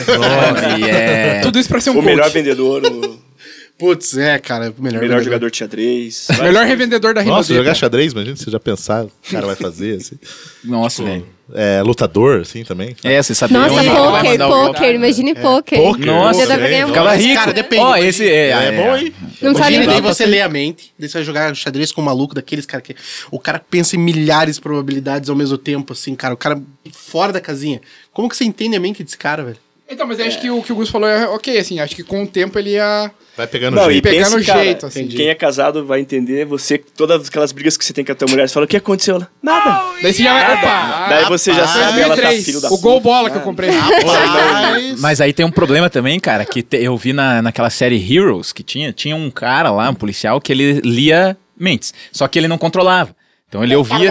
é. Tudo isso pra ser um O melhor coach. vendedor, o Putz, é, cara. o Melhor, melhor vendedor. jogador de xadrez. Melhor revendedor da Nossa, Rinodip. jogar xadrez, imagina você já pensar, o cara vai fazer, assim. Nossa, velho. É, lutador, assim, também. É, você sabia Nossa, onde vai poker, mandar o golpe. poker, imagine poker. Poker, Nossa, é, Já dá pra ganhar hein? muito. Ficava Mas, rico. cara, depende. Ó, esse é, É bom, hein? um Não sabe Imagina, nem daí você lê a mente, daí você vai jogar xadrez com um maluco daqueles cara que. O cara pensa em milhares de probabilidades ao mesmo tempo, assim, cara. O cara fora da casinha. Como que você entende a mente desse cara, velho? Então, mas eu acho que o que o Gus falou é ok, assim, acho que com o tempo ele ia. Vai pegando Não, e jeito. Pegar pensa, no cara, jeito, assim. Quem é casado vai entender você, todas aquelas brigas que você tem com a tua mulher, você fala, o que aconteceu? Ela, Nada. Daí você já vai. Opa! Daí você já sabe que ela tá 2003, filho da Ah, o puta. gol bola que eu comprei. Mas, Mas aí tem um problema também, cara, que te- eu vi na, naquela série Heroes que tinha, tinha um cara lá, um policial, que ele lia mentes. Só que ele não controlava. Então ele ouvia.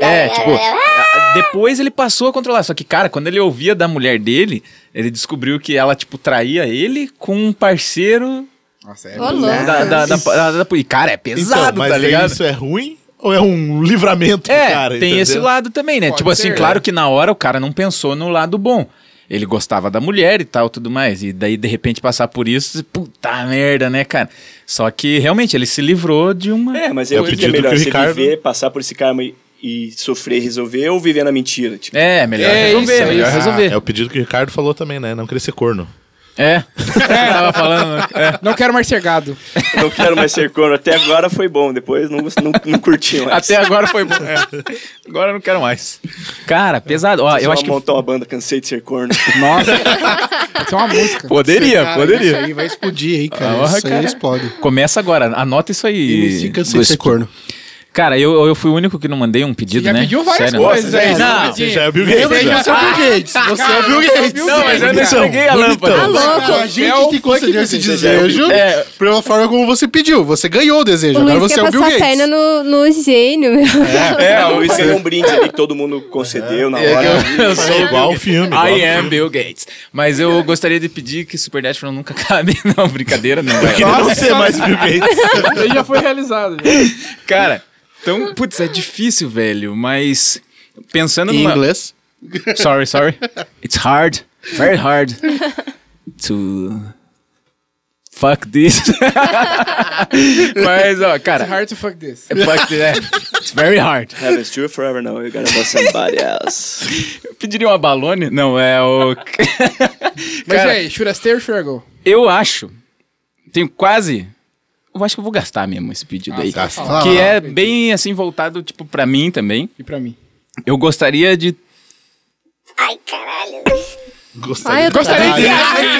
É, tipo, a- depois ele passou a controlar. Só que, cara, quando ele ouvia da mulher dele, ele descobriu que ela, tipo, traía ele com um parceiro Nossa, Ô, é. louco. da, da, da, da- da- E, cara, é pesado, Então, mas tá aí ligado? isso é ruim ou é um livramento É, pro cara? tem entendeu? esse lado também, né? Pode tipo assim, ser, claro é. que na hora o cara não pensou no lado bom. Ele gostava da mulher e tal, tudo mais. E daí, de repente, passar por isso, puta merda, né, cara? Só que, realmente, ele se livrou de uma... É, mas É eu o acho que é pedido melhor que o você Ricardo- viver, passar por esse karma e, e sofrer e resolver ou viver na mentira. Tipo, É, melhor É resolver, isso, é melhor isso. Ah, resolver. é o pedido que o Ricardo falou também, né? Não querer ser corno. É, tava falando. é. Não quero mais ser gado. Não quero mais ser corno. Até agora foi bom, depois não, gost- não, não curti mais. Até agora foi bom. é. Agora eu não quero mais. Cara, pesado. Ó, eu Só acho que. montar uma banda, cansei de ser corno. Nossa. Isso é uma música. Poderia, Cara, poderia. Isso aí vai explodir, hein, cara. Ah, isso cara. aí explode. Começa agora, anota isso aí. E cansei de ser Dois- corno. Cara, eu, eu fui o único que não mandei um pedido, Já né? pediu várias Sério. coisas Não, aí. Você né, Pedrinho? já é o Bill Eu Gates. já. já sou o Bill Gates. Você é o Bill Gates. Não, mas eu não Cara, entreguei a lâmpada. Tá louco. A né? gente que concedeu esse desejo É. pela forma como você pediu. Você ganhou o desejo. O Agora Luiz você é o quer Bill passar a Gates. perna no, no gênio, meu. É, o o Luiz ganhou um brinde ali que todo mundo concedeu na hora. eu É igual o filme. igual I ao am filme. Bill Gates. Mas eu gostaria de pedir que Super Supernatural nunca acabe. Não, brincadeira, não. Eu queria não ser mais Bill Gates. Ele já foi realizado. já. Cara, então, putz, é difícil, velho, mas pensando Em numa... inglês. Sorry, sorry. It's hard, very hard to fuck this. mas, ó, It's cara, hard to fuck this. fuck this, é. It's very hard. Heaven's true forever now, you gotta love somebody else. Eu pediria uma balone? Não, é o... Mas e Cara, aí, should I stay or should I go? Eu acho. Tenho quase. Eu acho que eu vou gastar mesmo esse pedido aí. tá. Que é bem assim voltado, tipo, pra mim também. E pra mim? Eu gostaria de. Ai, eu tô Gostaria de-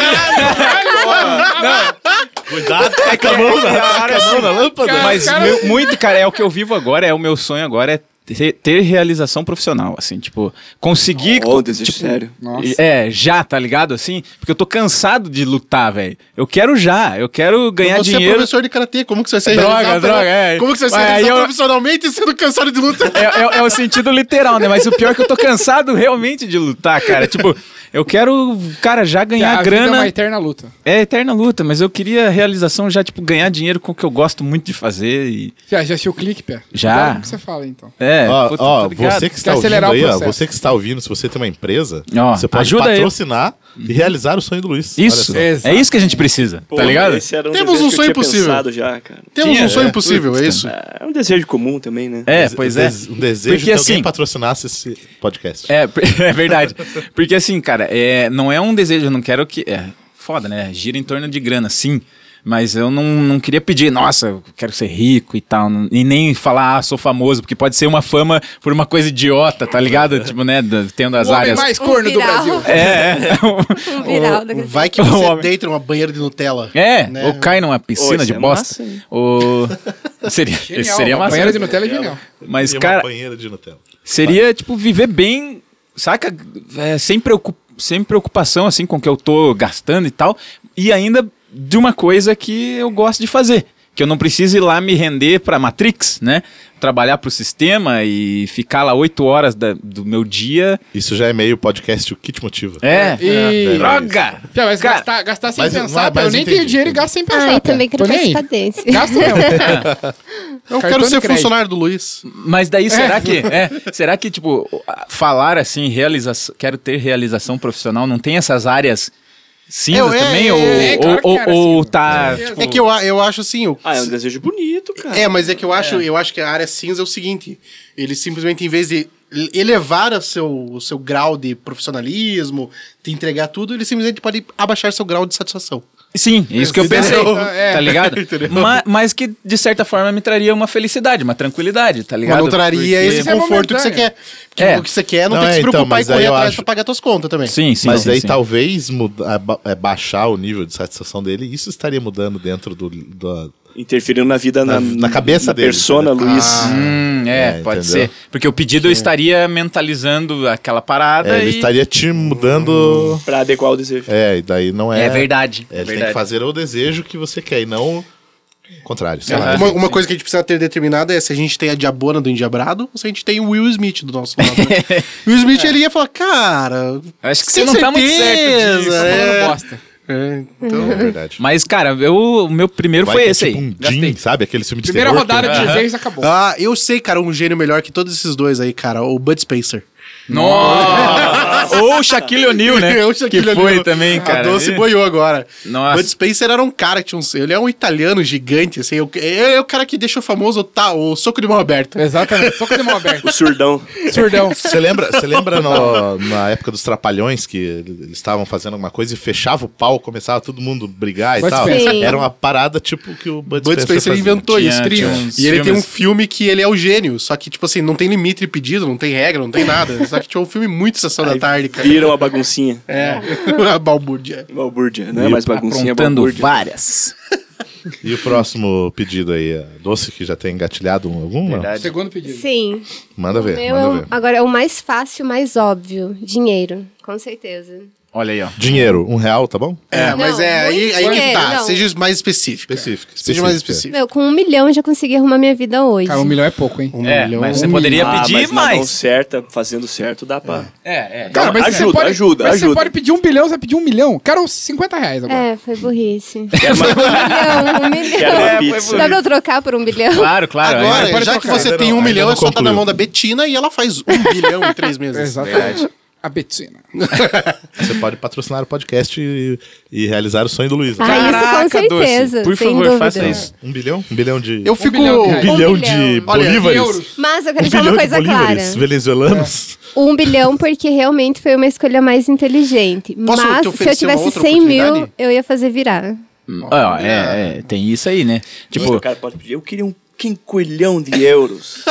Cuidado, tá com a mão na- tá com a mão na lâmpada. Mas meu- muito, cara, é o que eu vivo agora, é o meu sonho agora, é ter, ter realização profissional, assim, tipo, conseguir. tipo, Oh, desejo sério. Nossa. É, já, tá ligado? Assim, porque eu tô cansado de lutar, velho. Eu quero já, eu quero ganhar você é dinheiro. professor de karatê, como que você vai ser Droga, realizado droga, pela- é. Como que você vai ser Mas aí realizado eu- profissionalmente sendo cansado de luta? É, é- é o sentido literal, né? Mas o pior é que eu tô cansado realmente de lutar, cara. Tipo, eu quero, cara, já ganhar a grana. vida é uma eterna luta. É eterna luta, mas eu queria a realização já, tipo, ganhar dinheiro com o que eu gosto muito de fazer e. Já, já assistiu o clique, pé? Já. Cuidado com O que você fala, então? É, Ó, puta, ó, tô ligado. você que Quer está ouvindo acelerar o aí, ó, processo. você que está ouvindo, se você tem uma empresa, Ó, você pode ajuda ele. patrocinar e realizar o sonho do Luiz. Olha Isso, só. é isso que a gente precisa, Pô, tá ligado? esse era Temos um desejo que eu sonho tinha possível. pensado já, cara. Temos um Tinha, sonho é. possível, é isso? É um desejo comum também, né? É, pois é. Um desejo Porque que alguém assim- patrocinasse esse podcast. É, é verdade. Porque assim, cara, é, não é um desejo, eu não quero que. É, foda, né? Gira em torno de grana, sim. Mas eu não, não queria pedir, nossa, eu quero ser rico e tal. não- E nem falar, ah, sou famoso, porque pode ser uma fama por uma coisa idiota, tá ligado? tipo, né? da- Tendo as o homem áreas. mais Um corno do viral. Brasil. É, é. Um viral daquele- Vai que O você homem- deita numa banheira de Nutella. É, Né? ou cai numa piscina Ô, de isso é bosta. massa, hein? ou... seria, esse seria uma massa. banheira de Nutella é genial. Mas, E uma cara, banheira de Nutella. seria, tipo, viver bem, saca? É, sem, preocu- sem preocupação, assim, com o que eu tô gastando e tal. E ainda de uma coisa que eu gosto de fazer. Que eu não preciso ir lá me render pra Matrix, né? Trabalhar pro sistema e ficar lá oito horas da- do meu dia. Isso já é meio podcast O Que Te Motiva. É. É. E... Droga! Já, mas Cara, gastar, gastar sem mas- pensar, mas- pá, eu mas nem entendi, tenho dinheiro e entendi. gasto sem pensar. Ah, eu pá. também quero Tô nem aí. cadencadência. Gasto mesmo. Eu Cartão quero de ser crédito. funcionário do Luiz. Mas daí será que é, será que tipo falar assim realização, quero ter realização profissional não tem essas áreas cinzas É, é, também é, ou é, claro que ou, era ou- ou cinza. tá tipo, É que eu, a- eu acho assim. o- Ah, é um desejo bonito, cara. É, mas é que eu acho, eu acho que a área cinza é o seguinte: eles simplesmente, em vez de elevar o seu, o seu grau de profissionalismo, de entregar tudo, eles simplesmente podem abaixar seu grau de satisfação. sim é isso que eu pensei Entendeu? tá ligado Ma- mas, que de certa forma me traria uma felicidade uma tranquilidade tá ligado Mas não traria Porque- esse Isso é conforto que você momentâneo. quer. Porque É. o que você quer não, Não, tem que é, se então, preocupar mas e correr aí eu atrás acho- pra pagar suas contas também. sim sim Mas sim, aí tá sim. talvez muda, aba- é, baixar o nível de satisfação dele, isso estaria mudando dentro do, da- Interferindo na vida, Na- na, na cabeça na dele, persona, entendeu? Luiz. Hum, é, É, pode entendeu? ser. Porque o pedido eu estaria mentalizando aquela parada É, ele e... estaria te mudando. Pra adequar o desejo. É, e daí não é. É verdade. É, ele tem que fazer o desejo que você quer e não o contrário. sei lá. Uma, uma coisa que a gente precisa ter determinada é se a gente tem a Diabona do Endiabrado ou se a gente tem o Will Smith do nosso lado. né? Will Smith, ele ia falar, cara... Acho que você tem não tá muito certo certeza, disso. tá né? Falando É. bosta. É, É verdade. Mas, cara, eu, o meu primeiro Vai foi ter esse tipo aí. um Jim, sabe? Aquele filme de Primeira terror. que- rodada de desejos acabou. Ah, eu sei, cara, um gênio melhor que todos esses dois aí, cara. O Bud Spencer. Nossa! Ou o Shaquille O'Neal, né? Eu, Shaquille que foi O'Neal. também, cara. A Doce E- boiou agora. Nossa. Bud Spencer era um cara que tinha um... Ele é um italiano gigante, assim. o- Ele é o cara que deixou famoso o, ta- o soco de mão aberta. né? Exatamente, só com de mão aberta. É. O surdão. Surdão. Você lembra, você lembra no- na época dos Trapalhões que eles estavam fazendo alguma coisa e fechava o pau, começava todo mundo brigar e Bud tal? Spencer. Sim. Era uma parada tipo que o Bud, Bud Spencer fazia. inventou Tinha- isso. tinha E uns ele tem um filmes. filme que ele é o gênio. Só que, tipo assim, não tem limite de pedido, não tem regra, não tem nada. Só que tinha um filme muito Sessão da Tarde, cara. Viram a baguncinha. É, a balbúrdia. Balbúrdia, não é mais baguncinha, é Aprontando balbúrdia. várias. E o próximo pedido aí, a Doce, que já tem engatilhado um- algum? Não? Verdade. Segundo pedido. Sim. Manda ver, Meu, é manda o- ver. agora é o mais fácil, mais óbvio. Dinheiro, com certeza. Olha aí, ó. Dinheiro, um real, tá bom? É, mas Não, é, aí, muito aí que dinheiro, tá. não. Seja mais específico. Específico. Seja mais específico. Meu, com um milhão eu já consegui arrumar minha vida hoje. Cara, um milhão é pouco, hein? Um É, milhão, mas um você poderia Ah, pedir mas na mão mais. certa, fazendo certo, dá pra... É, é. Dá- ajuda, pode, ajuda, mas ajuda. você pode pedir um bilhão, você vai pedir um milhão. Quero uns 50 reais agora. É, foi burrice. Quer Um mais- milhão, um milhão. Quero uma É, pizza. Dá pra eu trocar por um bilhão? Claro, claro. Agora, é. pode já trocar. que você Ainda tem um não- milhão, é ainda só não tá na concluiu. mão da Betina e ela faz um bilhão em três É. meses. Exatamente. A Betina. Você pode patrocinar o podcast e, e realizar o sonho do Luiz. Tá? Ah, isso com Caraca, Doce, certeza. por sem favor, dúvida. faça isso. Um bilhão? Um bilhão de. Eu fico. bilhão de reais. bilhão, Um de bilhão. Olha, bolívares? euros. Mas eu quero Um deixar bilhão uma de coisa clara. bolívares venezuelanos? Um bilhão, porque realmente foi uma escolha mais inteligente. Posso te Mas se eu oferecer uma tivesse outra 100 mil, oportunidade? eu ia fazer virar. Ó, é, é, tem isso aí, né? O Tipo, cara pode pedir, eu queria um quinquilhão de euros.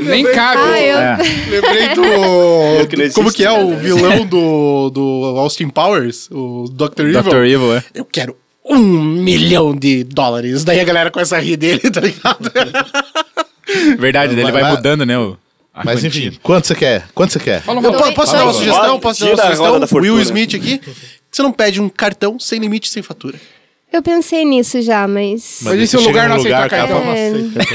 Nem cabe. Ah, eu. é. Lembrei do. que não do- como existe, que é né? o vilão do, do Austin Powers? O Dr. Evil? Dr. Evil, é. Eu quero um milhão de dólares. Daí a galera começa a rir dele, tá ligado? Verdade, daí ele vai Mas- mudando, né? O, a Mas quantia. enfim, quanto você quer? Quanto você quer? Fala um Eu po- pouco. posso dar uma Fala, sugestão? Eduardo. Posso dar uma Tira a roda da sugestão? fortuna. Will Smith aqui. Você não pede um cartão sem limite, sem fatura. Eu pensei nisso já, um mas. Mas esse você chega lugar num não tá aceita cara, cartão. fala,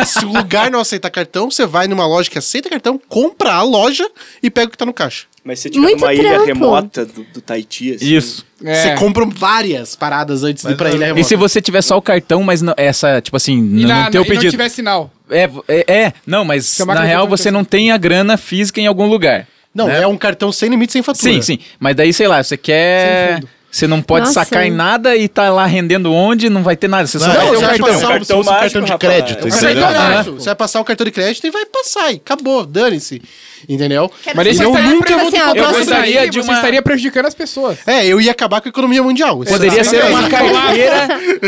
É. Se o lugar não aceitar cartão, você vai numa loja que aceita cartão, compra a loja e pega o que tá no caixa. Mas se tiver Muito uma ilha trampo. remota do, do Tahiti, assim, Isso. É. Você compra várias paradas antes de ir pra Mas, ilha E remota. se você tiver só o cartão, mas não- essa, tipo assim, E n- na- não tem o e não pedido. tiver sinal. É, é, é, não, mas Chamar na cartão real pra você pessoa. não tem a grana física em algum lugar. Não, é um cartão sem limite, sem fatura. Né? Sim, sim. Mas daí, sei lá, você Sem quer. fundo. Você não pode Nossa. sacar em nada e tá lá rendendo onde, não vai ter nada. Você só Não, vai ter você o vai cartão. passar como se fosse um mágico, cartão de rapaz. crédito, É um Você vai, entendeu? ter o né? Ah, cartão, você vai passar o cartão de crédito e vai passar, e acabou, dane-se. Entendeu? Quero Mas ser isso eu estar nunca pra- vou te assim, ó, comprar Eu pra- Você gostaria estaria- de você uma- estaria prejudicando as pessoas. É, eu ia acabar com a economia mundial. é Isso Poderia não ser acontece. uma carteira,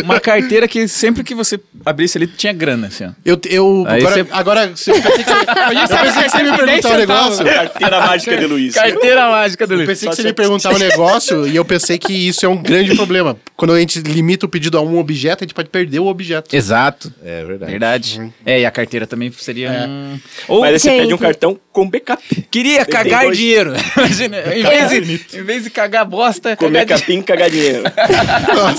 uma carteira que sempre que você abrisse ali tinha grana, assim, ó. Eu, eu Aí agora, você- agora se- eu pensei que você, eu pensei que você me Dez perguntava um centavos. negócio. Carteira mágica de Luiz. Carteira mágica do Eu Luiz. pensei que você me perguntava um negócio e eu pensei que isso é um grande problema. Quando a gente limita o pedido a um objeto, a gente pode perder o objeto. Exato. É verdade. Verdade. É, e a carteira também seria um... Ou Mas aí você Gente. pede um cartão com backup. queria Tem cagar dois. dinheiro. Imagina, em vez, de, em vez de cagar bosta, Comer cagar capim, cagar dinheiro.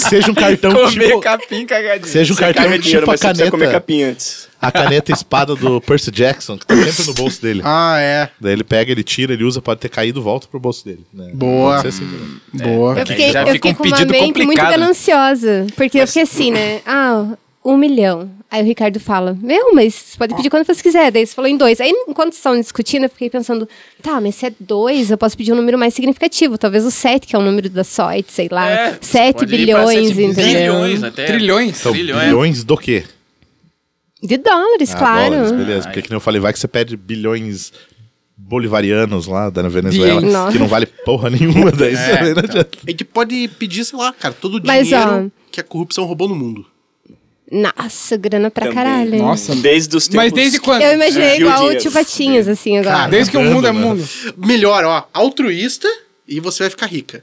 Seja um cartão dinheiro. Comer tipo. capim, cagar dinheiro. Seja um cartão Caga dinheiro, tipo a mas você precisa comer caneta. capim antes. A caneta espada do Percy Jackson, que tá sempre no bolso dele. Ah, é. Daí ele pega, ele tira, ele usa, pode ter caído, volta pro bolso dele. né? Pode Boa. ser assim também. Boa. Eu fiquei, já eu fica fiquei um com uma pedido mente muito complicado. gananciosa. Porque eu fiquei assim, né? Ah, um milhão. Aí o Ricardo fala, meu, mas você pode pedir quando você quiser. Daí você falou em dois. Aí, enquanto vocês estavam discutindo, eu fiquei pensando, tá, mas se é dois, eu posso pedir um número mais significativo. Talvez o sete, que é o número da sorte, sei lá. É, sete pode ir pra bilhões, sete entendeu? Bilhões até. Trilhões. Então, Trilhões. bilhões do quê? De dólares, Ah, claro. dólares, beleza. Porque que nem eu falei, vai que você pede bilhões bolivarianos lá da Venezuela, Bien. Nossa. que não vale porra nenhuma. Daí você não adianta. A gente pode pedir, sei lá, cara, todo o Mas, dinheiro ó. que a corrupção roubou no mundo. Nossa, grana pra Também. caralho. Nossa. Desde os tempos... Mas desde quando? Eu imaginei É. igual o Dinheiro. Tio Patinhas, assim, agora. Desde que o mundo é mundo. Melhor, ó, altruísta e você vai ficar rica.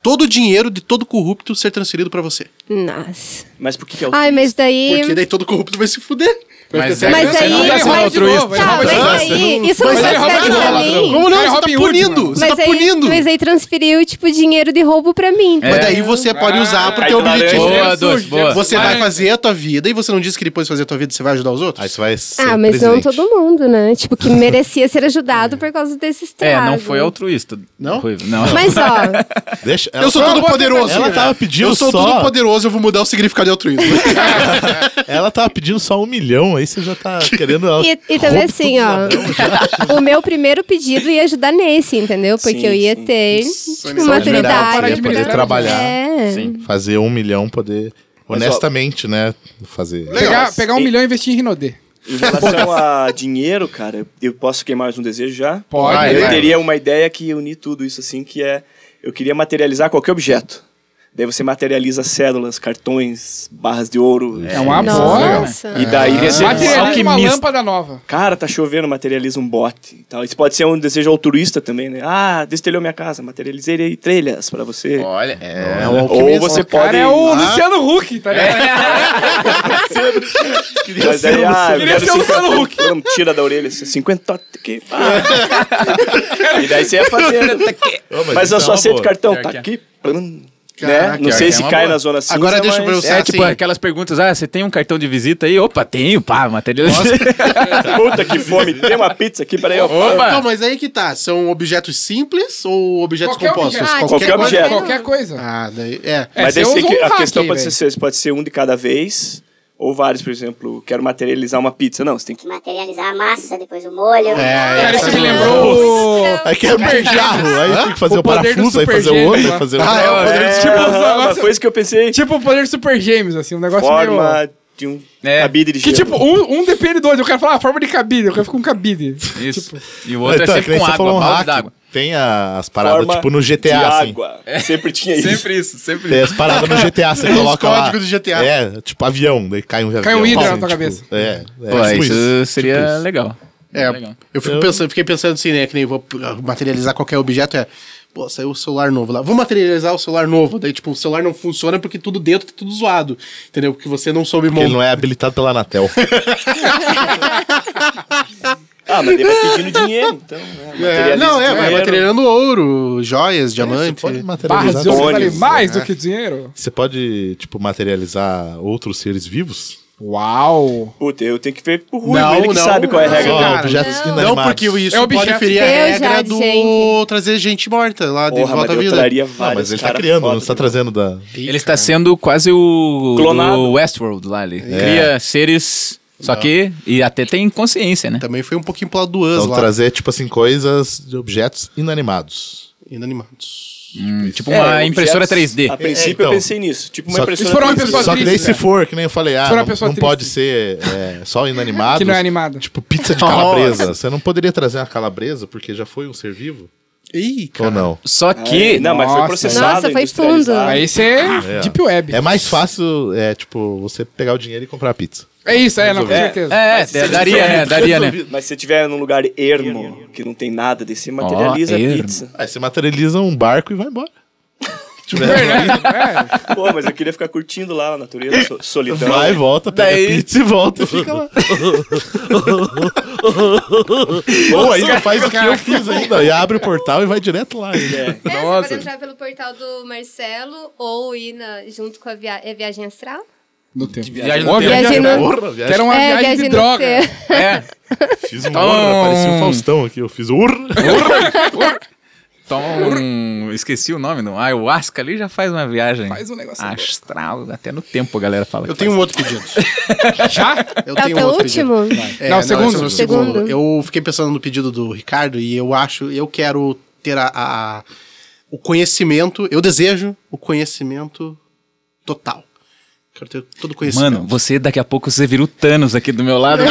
Todo o dinheiro de todo corrupto ser transferido pra você. Nossa. Mas por que que é o... Ai, mas daí... Porque daí todo corrupto vai se fuder. Mas, é Mas Mas é Você aí, não um tá mas, sendo altruísta. Você tá, rouba mas dinheiro. aí, isso não Mas faz ele rouba sentido dinheiro, pra ladrão. mim. Como não? Mas Você tá Robin Hood, punindo. mano. Você mas tá aí, punindo. Mas aí transferiu, tipo, dinheiro de roubo pra mim. Mas daí você pode usar pro teu Aí tu laranja. objetivo. Boa, doce, boa. Você vai fazer a tua vida e você não disse que depois de fazer a tua vida você vai ajudar os outros? Aí você vai é ser Ah, mas não presidente. todo mundo, né? Tipo, que merecia ser ajudado por causa desse É, estrago. não foi altruísta. Não? Ruivo, Não. Mas, ó, Deixa, ela- Eu sou ela- todo poderoso. Ela tava pedindo Eu sou só... todo poderoso, eu vou mudar o significado de altruísmo. Ela tava pedindo só um milhão aí você já tá querendo. E, e também assim, ó. o meu primeiro pedido ia ajudar nesse, entendeu? Porque Sim, eu ia sim. ter tipo, missão de vida, maturidade. parar de pra- militar. Trabalhar. É. Fazer um milhão, poder. Mas, ó, honestamente, né? Fazer. Pegar, mas- pegar um e- milhão e investir em Rinodê. Em relação a dinheiro, cara, eu posso queimar mais um desejo já? Pode, Ah, eu vai. teria uma ideia que unir tudo isso assim, que é eu queria materializar qualquer objeto. Daí você materializa células, cartões, barras de ouro. É Ah, Ah. uma boa. Nossa. E daí você Materializa uma Alquimista. lâmpada nova. Cara, tá chovendo, materializa um bote. e tal. Isso pode ser um desejo altruísta também, né? Ah, destelhou minha casa, materializei trilhas pra você. Olha, é. Ou você O cara pode. é o Luciano Huck, tá É, ligado? Mas daí, ah, eu Queria quero ser o Luciano 50 Não, tira da orelha, assim, 50 que ah. E daí você ia fazer. né? mas Mas isso eu é só uma aceito boa. cartão, tá aqui. plum, Né? Não sei é se uma cai boa. na zona cinza. Agora deixa mas... eu É, usar tipo assim. aquelas perguntas, ah, você tem um cartão de visita aí? Opa, tenho, pá, material. Puta que fome, tem uma pizza aqui, peraí. ó. Então, mas aí que tá. São objetos simples ou objetos Qualquer compostos? objeto. Qualquer coisa. objeto. Qualquer coisa. Ah, daí, é. Mas você daí você usa tem que- um a hack questão aí, pode velho. ser, pode ser um de cada vez, ou vários, por exemplo, quero materializar uma pizza. Não, você tem que. materializar a massa, depois o molho. Cara, essa isso me é- lembrou. Aí que é um jarro, aí tem que fazer O o, poder do parafuso, aí super fazer o gênio outro, lá. aí fazer o Ah, é, o poder É, de tipo, um uma negócio- coisa que eu pensei. Tipo o poder Super Gêmeos, assim, um negócio meio... forma de um É. cabide de Que gelo. tipo, um, um depende do outro. Eu quero falar, ah, forma de cabide. Eu quero ficar com um cabide. Isso. E o outro Então, é que nem sempre você com água, falou um balde hack. d'água. Tem a- as paradas, Forma tipo, no de GTA, assim. água. Sempre tinha isso. Sempre isso, sempre Tem as paradas no GTA, você coloca lá. códigos do GTA. É, tipo avião, daí cai um avião. Cai um hidra na tua tipo, cabeça. É, é Pô, tipo isso, seria tipo isso. legal. É, Legal. eu, fico pensando, fiquei pensando assim, né? Que nem vou materializar qualquer objeto. É, pô, saiu o celular novo lá. Vou materializar o celular novo. Daí, tipo, o celular não funciona porque tudo dentro tá tudo zoado. Entendeu? Porque você não soube Porque ele montar. não é habilitado pela Anatel. Ah, mas ele vai pedindo dinheiro, então. né, É, materializa não, é, vai dinheiro. materializando ouro, É, joias, diamante. Pode Barras materializar. de ouro que Ônibus, vale mais É. do que dinheiro. Você pode, tipo, materializar outros seres vivos? Uau. Puta, eu tenho que ver pro Rui, Não, ele que não, sabe qual é a não, regra. Só cara, objetos Não, inanimados. porque isso É pode objeto. ferir a Eu já, regra do gente. trazer gente morta lá de Porra, volta à mas eu vida. traria Não, vários. né? mas ele tá cara criando, foda, não está meu. trazendo da... Ele está sendo quase o Clonado. do Westworld lá ali. Cria seres, só que e até tem consciência, né? Também foi um pouquinho pro lado do Us Então, lá, trazer, tipo assim, coisas de objetos inanimados. inanimados. Tipo uma É, impressora objetos- 3D. A princípio então. eu pensei nisso. Tipo uma Só que- impressora Se for uma 3D. pessoa Só que daí triste, se né? for, que nem eu falei, ah, Se for uma não, pessoa não triste. pode ser é, só inanimado. Que não é animado. Tipo, pizza de calabresa. Você não poderia trazer uma calabresa porque já foi um ser vivo? Ih, Ou não? Só que Não, mas foi Nossa. processado. Nossa, foi industrializado. fundo. Ah. Aí você é Deep Web. É mais fácil, é, tipo, você pegar o dinheiro e comprar a pizza. É isso, é, não, com certeza. é, é, daria, né? Daria, né? Mas se tiver num lugar ermo, que não tem nada desse, materializa a ermo. pizza. Aí você materializa um barco e vai embora. Tipo, é, Verdade, Pô, mas eu queria ficar curtindo lá a natureza, so- solidão. Vai, volta, pega a pizza e volta e fica lá. Ou ainda faz o que eu fiz ainda. E abre o portal e vai direto lá. É. É, Nossa. você pode entrar pelo portal do Marcelo ou ir na- junto com a via- é viagem astral. No tempo. Viagem no Uma tempo. viagem Viagem no- no- Porra, viagem. Que era uma é, viagem, de no droga. tempo. É. Fiz um urra, parecia um Faustão aqui. Eu fiz urra. Toma um... Esqueci o nome, não. Ayahuasca ali já faz uma viagem. Faz um negócio Astral, até no tempo a galera fala. Eu que tenho um outro pedido. Já? É o Eu tenho um teu outro pedido. último? É, Não, esse é o segundo. meu Segundo. Eu fiquei pensando no pedido do Ricardo e eu acho, eu quero ter a, a- o conhecimento, eu desejo o conhecimento total. Quero ter todo o conhecimento. Mano, você daqui a pouco você vira o Thanos aqui do meu lado.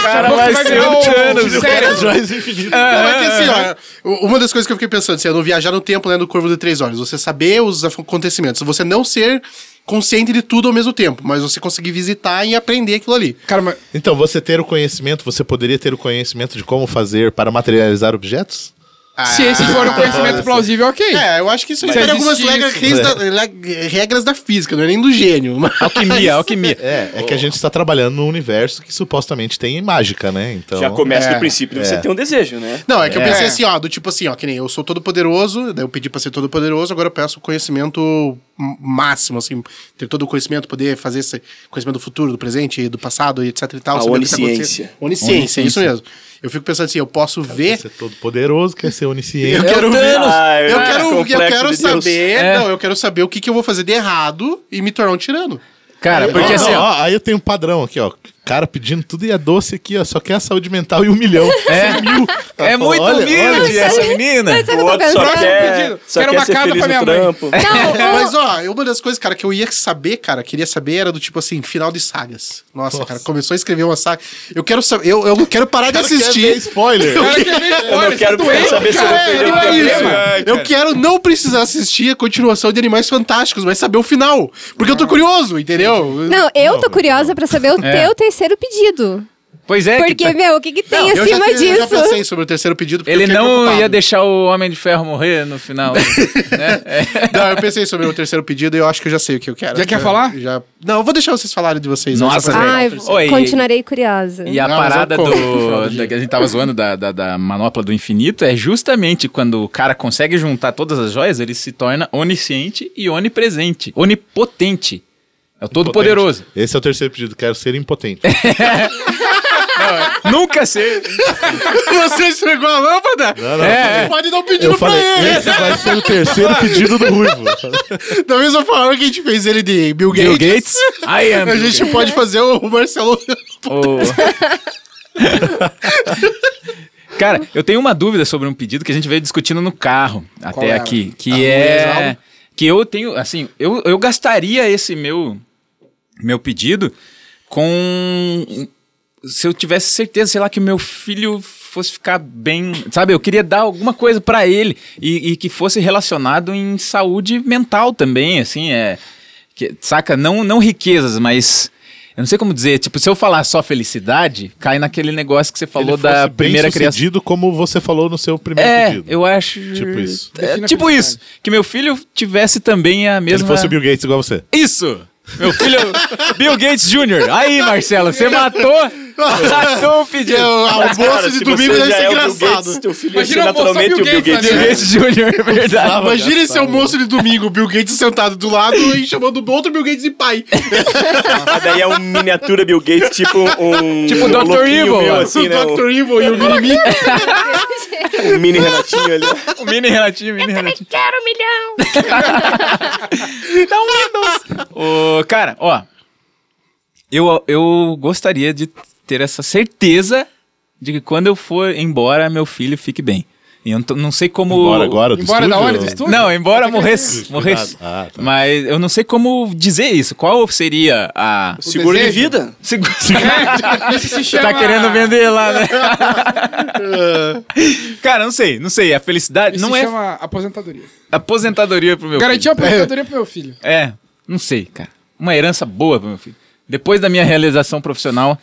Cara, vai ser um Thanos, Sério? Joias infinitas. Não, É, mas que assim, ó, u- uma das coisas que eu fiquei pensando, assim, é no viajar no tempo, né, no Corvo de Três Horas, você saber os af- acontecimentos, você não ser consciente de tudo ao mesmo tempo, mas você conseguir visitar e aprender aquilo ali. Cara, mas Então, você ter o conhecimento, você poderia ter o conhecimento de como fazer para materializar objetos? Ah, se esse for um conhecimento plausível, ok. É, eu acho que isso Mas tem existe algumas isso, regras, da, le- regras da física, não é nem do gênio. Mas... alquimia, alquimia. É, é que a gente está trabalhando num universo que supostamente tem mágica, né? Então, Já começa É, do princípio, você tem um desejo, né? Não, é que eu pensei assim, ó, do tipo assim, ó, que nem eu sou todo poderoso, daí eu pedi pra ser todo poderoso, agora eu peço o conhecimento m- máximo, assim, ter todo o conhecimento, poder fazer esse conhecimento do futuro, do presente, e do passado, e etc e tal. A saber o que tá onisciência. acontecendo. Onisciência. Onisciência, isso mesmo. Eu fico pensando assim, eu posso ver... Ser todo poderoso, quer ser Eu onisciente. quero, ver, Ah, eu é, quero, eu complexo quero de Deus. saber, É. não, eu quero saber o que, que eu vou fazer de errado e me tornar um tirano. Cara, porque Não, assim, ó. ó, aí eu tenho um padrão aqui, ó. Cara, pedindo tudo e a doce aqui, ó. Só quer a saúde mental e um milhão. É. Cem mil. É Ela falou, muito olha, humilde olha, essa menina. Mas sabe O o que eu tô outro só pensando? quer, pedido. só Quero quer uma ser casa feliz pra no minha mãe. trampo. Não, É, Mas, o- ó, uma das coisas, cara, que eu ia saber, cara, queria saber era do tipo assim, final de sagas. Nossa, cara, começou a escrever uma saga. Eu quero saber, eu, eu quero parar de Ela quer ver assistir. spoiler. Cara, que nem spoiler, não quero tá doente, saber se eu vou cara. É, perder o não é cabelo. isso. Ai, eu quero não precisar assistir a continuação de Animais Fantásticos, mas saber o final. Porque eu tô curioso, entendeu? não, eu tô curiosa pra saber o É. teu terceiro pedido. Pois é, que Porque, tá- meu, o que que tem Não, eu já, acima te- eu já disso? pensei sobre o terceiro pedido. porque ele eu fiquei não preocupado. ia deixar o Homem de Ferro morrer no final. né? É. Não, eu pensei sobre o terceiro pedido e eu acho que eu já sei o que eu quero. Já quer falar? Já... Não, eu vou deixar vocês falarem de vocês. Nossa, Essa- velho. Ai, Oi. continuarei curiosa. E a Não, mas eu parada compro. do, da- que a gente tava zoando da, da, da manopla do infinito é justamente quando o cara consegue juntar todas as joias, ele se torna onisciente e onipresente. Onipotente. É o todo-poderoso. Esse é o terceiro pedido. Quero ser impotente. Nunca ser. Você estragou a lâmpada? Não, não. É, é. Você pode dar um pedido Eu pra falei, ele. esse vai ser o terceiro pedido do Ruivo. Da mesma forma que a gente fez ele de Bill Gates. Bill Gates. I am A Bill gente pode fazer o Marcelo. O- Cara, eu tenho uma dúvida sobre um pedido que a gente veio discutindo no carro até era? aqui, que Ah, é Exaldo? que eu tenho, assim, eu, eu gastaria esse meu meu pedido com se eu tivesse certeza, sei lá, que meu filho fosse ficar bem, sabe? Eu queria dar alguma coisa pra ele e, e que fosse relacionado em saúde mental também, assim, é que, saca? Não, não riquezas, mas eu não sei como dizer, tipo, se eu falar só felicidade, cai naquele negócio que você falou Ele da fosse primeira bem criação. sucedido como você falou no seu primeiro É, pedido. eu acho. Tipo isso. É, Defina tipo felicidade. isso. Que meu filho tivesse também a Que ele mesma. fosse o Bill Gates igual você. Isso! Meu filho, Bill Gates Jr. Aí, Marcelo, você matou, matou o pedido. O Cara, almoço de se domingo você deve já ser é o Bill Gates, engraçado. teu filho Imagina Imagina o almoço só naturalmente Bill o Bill Gates, Gates. né? Bill Gates Jr., é verdade. Imagina esse almoço de domingo, Bill Gates sentado do lado e chamando o outro Bill Gates de pai. Mas daí é um miniatura Bill Gates, tipo um. Tipo o Dr. louquinho Evil, meu, ó. assim, o né? Dr. Evil e o Mimimi. Um, um mini Renatinho ali. O mini Renatinho, mini Renatinho. Quero um milhão! Dá um Windows. Ô, cara, ó. Eu, eu gostaria de ter essa certeza de que quando eu for embora, meu filho fique bem. E eu não, tô- não sei como. Embora agora do Embora da estúdio? hora do estúdio? Não, embora morresse. Cuidado. morresse. Ah, tá. Mas eu não sei como dizer isso. Qual seria a. Seguro de desejo? vida. Segura. Esse se Você tá chama- querendo vender lá, né? Cara, não sei, não sei. A felicidade Esse não se é chama aposentadoria. aposentadoria pro meu Garantir a filho. aposentadoria pro meu filho. É, não sei, cara. Uma herança boa pro meu filho. Depois da minha realização profissional.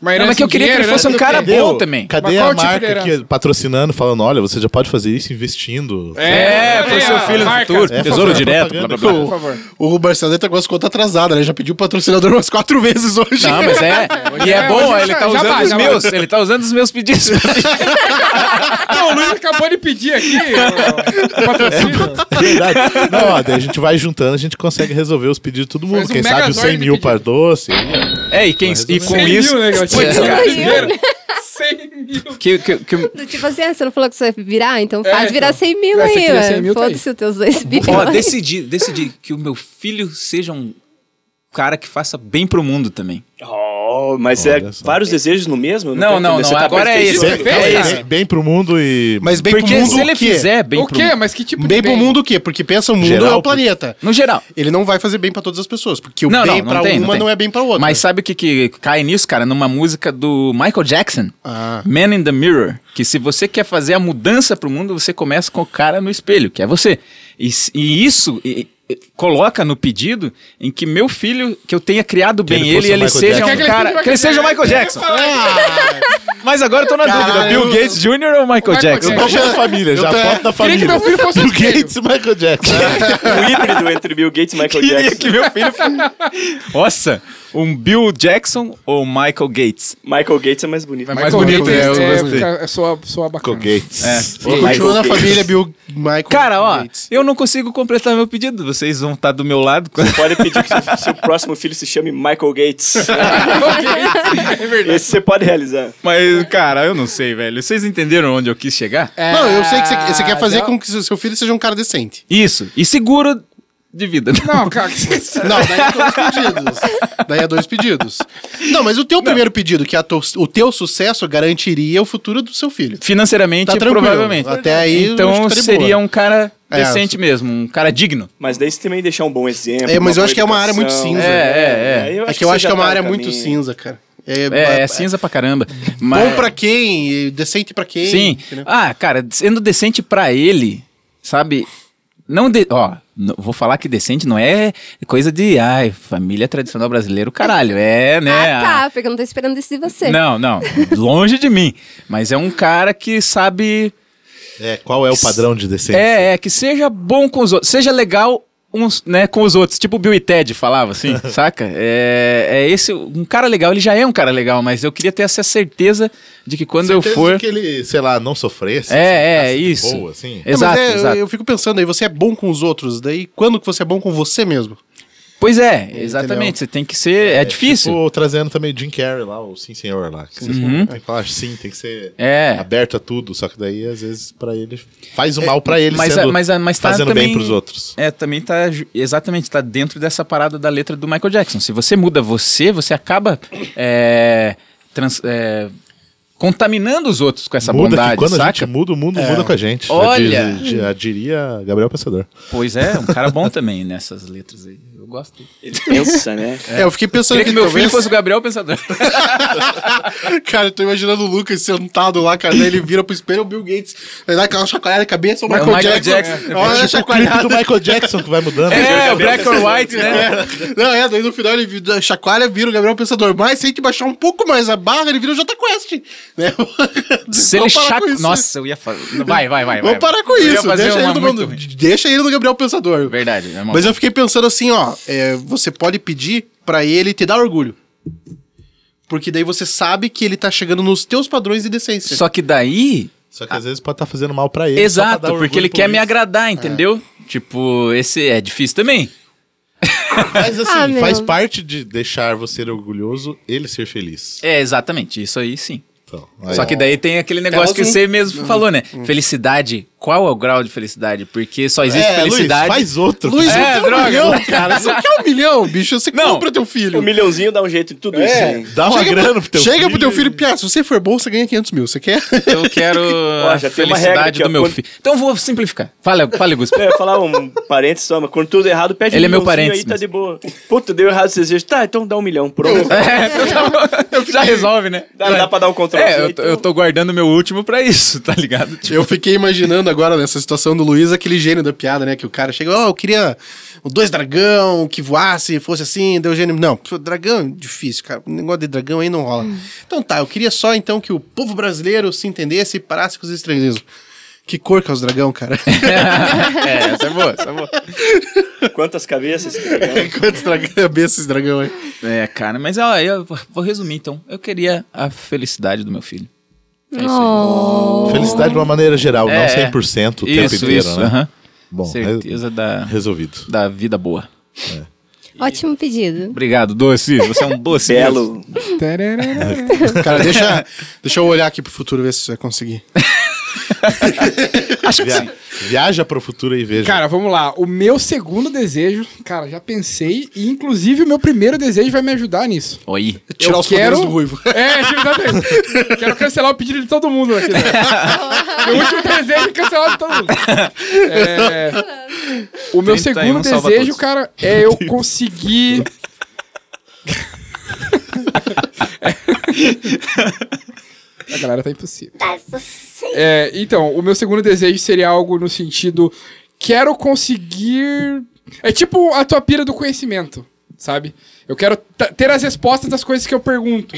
Mas Não, mas que eu queria que ele né? fosse um cara Cadê bom o- também. Mas Cadê a qual o tipo de marca herança? que, patrocinando, falando, olha, você já pode fazer isso investindo. É, pro é, seu a filho no marca. futuro. É, tesouro fazendo direto. Blá, propaganda. blá, blá. Por favor. O Marcelo tá com as contas atrasadas, né? Já pediu patrocinador umas quatro vezes hoje. Não, mas é. E é é, bom, hoje ele já- tá já usando vai, os já vai. meus. Ele tá usando os meus pedidos. Não, o Luiz acabou de pedir aqui É. o- o patrocínio. É Verdade. Não, ó, daí a gente vai juntando, a gente consegue resolver os pedidos de todo mundo. Faz um Quem sabe os megazord 100 de mil pedido. para doce. né? é, e, quem, e com 100 mil, isso. né, Gatinho? Putz, cara, 100 mil. que- que- que- Tipo assim, ah, você não falou que você ia virar? Então faz então. virar 100 mil É, você aí, queria 100 ué. mil, tá aí. Foda-se os teus dois Ó, bilhões. decidi, decidi que o meu filho seja um cara que faça bem pro mundo também. Oh, mas Olha é só. vários desejos no mesmo? Eu Não, quero não, entender. não, Você tá agora é perfeito. esse. Bem, fez, calma aí, cara? bem- bem pro mundo e. Mas bem Porque pro mundo se ele o quê? fizer bem O pro quê? mundo. Mas que tipo de Bem pro mundo o quê? Porque pensa, o mundo Geral, é o porque- planeta. No geral. Ele não vai fazer bem pra todas as pessoas, porque o Não, não, bem não pra tem, não uma não, tem. é bem pra outra. Mas sabe o que, que cai nisso, cara? Numa música do Michael Jackson, Ah. Man in the Mirror, que se você quer fazer a mudança pro mundo, você começa com o cara no espelho, que é você. E, s- e isso e- e coloca no pedido em que meu filho, que eu tenha criado bem ele ele, fosse e o ele Michael seja Jackson. um cara... Que ele seja o Michael Jackson. Ah! Mas agora eu tô na dúvida, Caralho, Bill eu- Gates Jr. ou Michael, Jackson? Eu tô achando a família, já tô- foto da Queria que família. meu filho fosse Bill um espelho. Gates e Michael Jackson. Um híbrido entre Bill Gates e Michael Queria Jackson. é que meu filho... Nossa, um Bill Jackson ou Michael Gates? Michael Gates é mais bonito. mais Michael bonito, Gates, né? Eu é, gostei. fica- é, soa, soa bacana. Michael Gates. Continua na Michael família Gates. Bill Michael Cara, ó, Gates. eu não consigo completar meu pedido. Vocês vão estar do meu lado. quando- Pode pedir que seu, seu próximo filho se chame Michael Gates. é Esse você pode realizar. Mas, cara, eu não sei, velho. Vocês entenderam onde eu quis chegar? É. Não, eu sei que você, você quer fazer não. com que seu seu filho seja um cara decente. Isso. E seguro de vida. Não, cara. Não, daí é dois pedidos. Daí é dois pedidos. Não, mas o teu primeiro pedido, que é a to- o teu sucesso, garantiria o futuro do seu filho. Financeiramente, Tá tranquilo. provavelmente. Até aí, eu acho Então que tá de seria boa. um cara É, decente mesmo, um cara digno. Mas daí você também deixar um bom exemplo. É, mas uma eu acho boa que é uma área muito educação. cinza. É, é, é. Aí é que eu acho você que já é uma tá área no muito caminho. cinza, cara. É, É, ba- é cinza pra caramba. Bom Mas, pra quem, e decente pra quem. Sim. entendeu? Ah, cara, sendo decente pra ele, sabe? Não de... Ó, n- vou falar que decente não é coisa de. Ai, família tradicional brasileira, o caralho. É, né? Ah, tá, porque eu não tô esperando isso de você. Não, não. Longe de mim. Mas é um cara que sabe. É, qual é o padrão de decência? É, é, que seja bom com os outros. Seja legal uns, né, com os outros. Tipo o Bill e Ted falava, assim, saca? É, é esse. Um cara legal, ele já é um cara legal, mas eu queria ter essa certeza de que quando Certeza eu for. que ele, sei lá, não sofresse. É, assim, é, ficasse de isso. Boa, assim. Não, mas Exato, é, eu- exato. Eu fico pensando aí, você é bom com os outros, daí quando que você é bom com você mesmo? Pois é, exatamente. Você tem que ser. É, difícil. Tipo, trazendo também o Jim Carrey lá, o Sim Senhor lá. Que vocês falam, tem que falar sim, tem que ser Uhum. É. aberto a tudo. Só que daí, às vezes, pra ele faz o mal pra ele, mas sendo, a- mas a- mas tá fazendo também- bem pros outros. É, também tá ju- exatamente, tá dentro dessa parada da letra do Michael Jackson. Se você muda você, você acaba é, trans- é, contaminando os outros com essa muda bondade, que quando a saca? gente muda, o mundo É. muda com a gente. Já Olha! diz- já diria Gabriel Pensador. Pois é, um cara bom também nessas letras aí. Eu gosto. Ele pensa, né? É, eu fiquei pensando Queria que meu filho talvez- fosse o Gabriel Pensador. Cara, eu tô imaginando o Lucas sentado lá, cara. Daí ele vira pro espelho, o Bill Gates. Ele dá aquela chacoalhada de cabeça, o É o Michael, Michael Jackson. Jackson. Tipo O Olha a clipe do chacoalhada. Michael Jackson que vai mudando. é, o Black or White, né? Não, é, daí no final ele vira- chacoalha, vira o Gabriel Pensador. Mas se a gente baixar um pouco mais a barra, ele vira o Jota Quest. Né? Se ele Vamos parar chaco... com isso. Nossa, eu ia falar. Vai, vai, vai. Vamos vai. parar com Eu ia isso. fazer Deixa uma ele, no, muito ruim. deixa ele no Gabriel Pensador. Verdade. é uma Mas eu fiquei pensando assim, ó, é, você pode pedir pra ele te dar orgulho. Porque daí você sabe que ele tá chegando nos teus padrões de decência. Só que daí, Só que às vezes pode estar fazendo mal pra ele. só pra dar exato, orgulho porque ele pro quer me Luiz. agradar, entendeu? Tipo, esse é difícil também. Mas assim, Ah, meu. faz parte de deixar você orgulhoso, ele ser feliz. É, exatamente, isso aí sim. Então, aí- Só que daí tem aquele negócio que Causa um- você mesmo falou, né? Felicidade, qual é o grau de felicidade? Porque só existe É, felicidade. Luiz, faz outro. Luiz, É, é, um droga. milhão, cara. Você quer um milhão, bicho? Você Não. compra teu filho. Um milhãozinho dá um jeito em tudo isso, É. hein? Dá uma Chega grana pro teu Chega filho. pro teu filho, Pia, se você for bom, você ganha 500 mil. Você quer? Eu quero a já tem uma regra felicidade aqui, do ó, meu quando- filho. É. Então vou simplificar. Fala, fala Gus. Eu ia falar um parênteses só, mas quando tudo errado, pede Ele é um meu milhãozinho parênteses aí, tá de boa. Puta, deu errado esses dias. Tá, então dá um milhão, pronto. É, então tá bom. já resolve, né? Dá, dá pra dar um controle. É, eu, tô- eu tô guardando meu último pra isso, tá ligado? Tipo, Eu fiquei imaginando agora nessa situação do Luiz, aquele gênio da piada, né? Que o cara chega, ó, eu queria um dois dragão que voasse, fosse assim, deu gênio. Não, pô, dragão, é difícil, cara. O negócio de dragão aí não rola. Então tá, eu queria só então que o povo brasileiro se entendesse e parasse com os estrangeiros. Que cor que é os dragão, cara? é, essa é boa, essa é boa. Quantas cabeças? cara? Quantos dragões cabeça esses dragão aí? É, cara, mas ó, eu vou resumir então. Eu queria a felicidade do meu filho. É isso aí. Felicidade de uma maneira geral, É, é. não 100% o tempo isso, inteiro, isso, né? aham. Bom, Certeza re- da, resolvido. da vida boa. Ótimo pedido. Obrigado, doce. Você é um doce. Belo. Cara, deixa, deixa eu olhar aqui pro futuro ver se você vai conseguir. Via... Viaja pro futuro e veja. Cara, vamos lá. O meu segundo desejo, cara, já pensei. E inclusive o meu primeiro desejo vai me ajudar nisso. Oi. Tirar eu os quero... poderes do ruivo. É, atividade ruivo. Quero cancelar o pedido de todo mundo aqui. Né? meu último desejo é cancelar de todo mundo. É, O meu 31 segundo salva desejo, todos. cara, é eu conseguir. A galera tá impossível. É, então, o meu segundo desejo seria algo no sentido. Quero conseguir. É tipo a tua pira do conhecimento, sabe? Eu quero ta- ter as respostas das coisas que eu pergunto,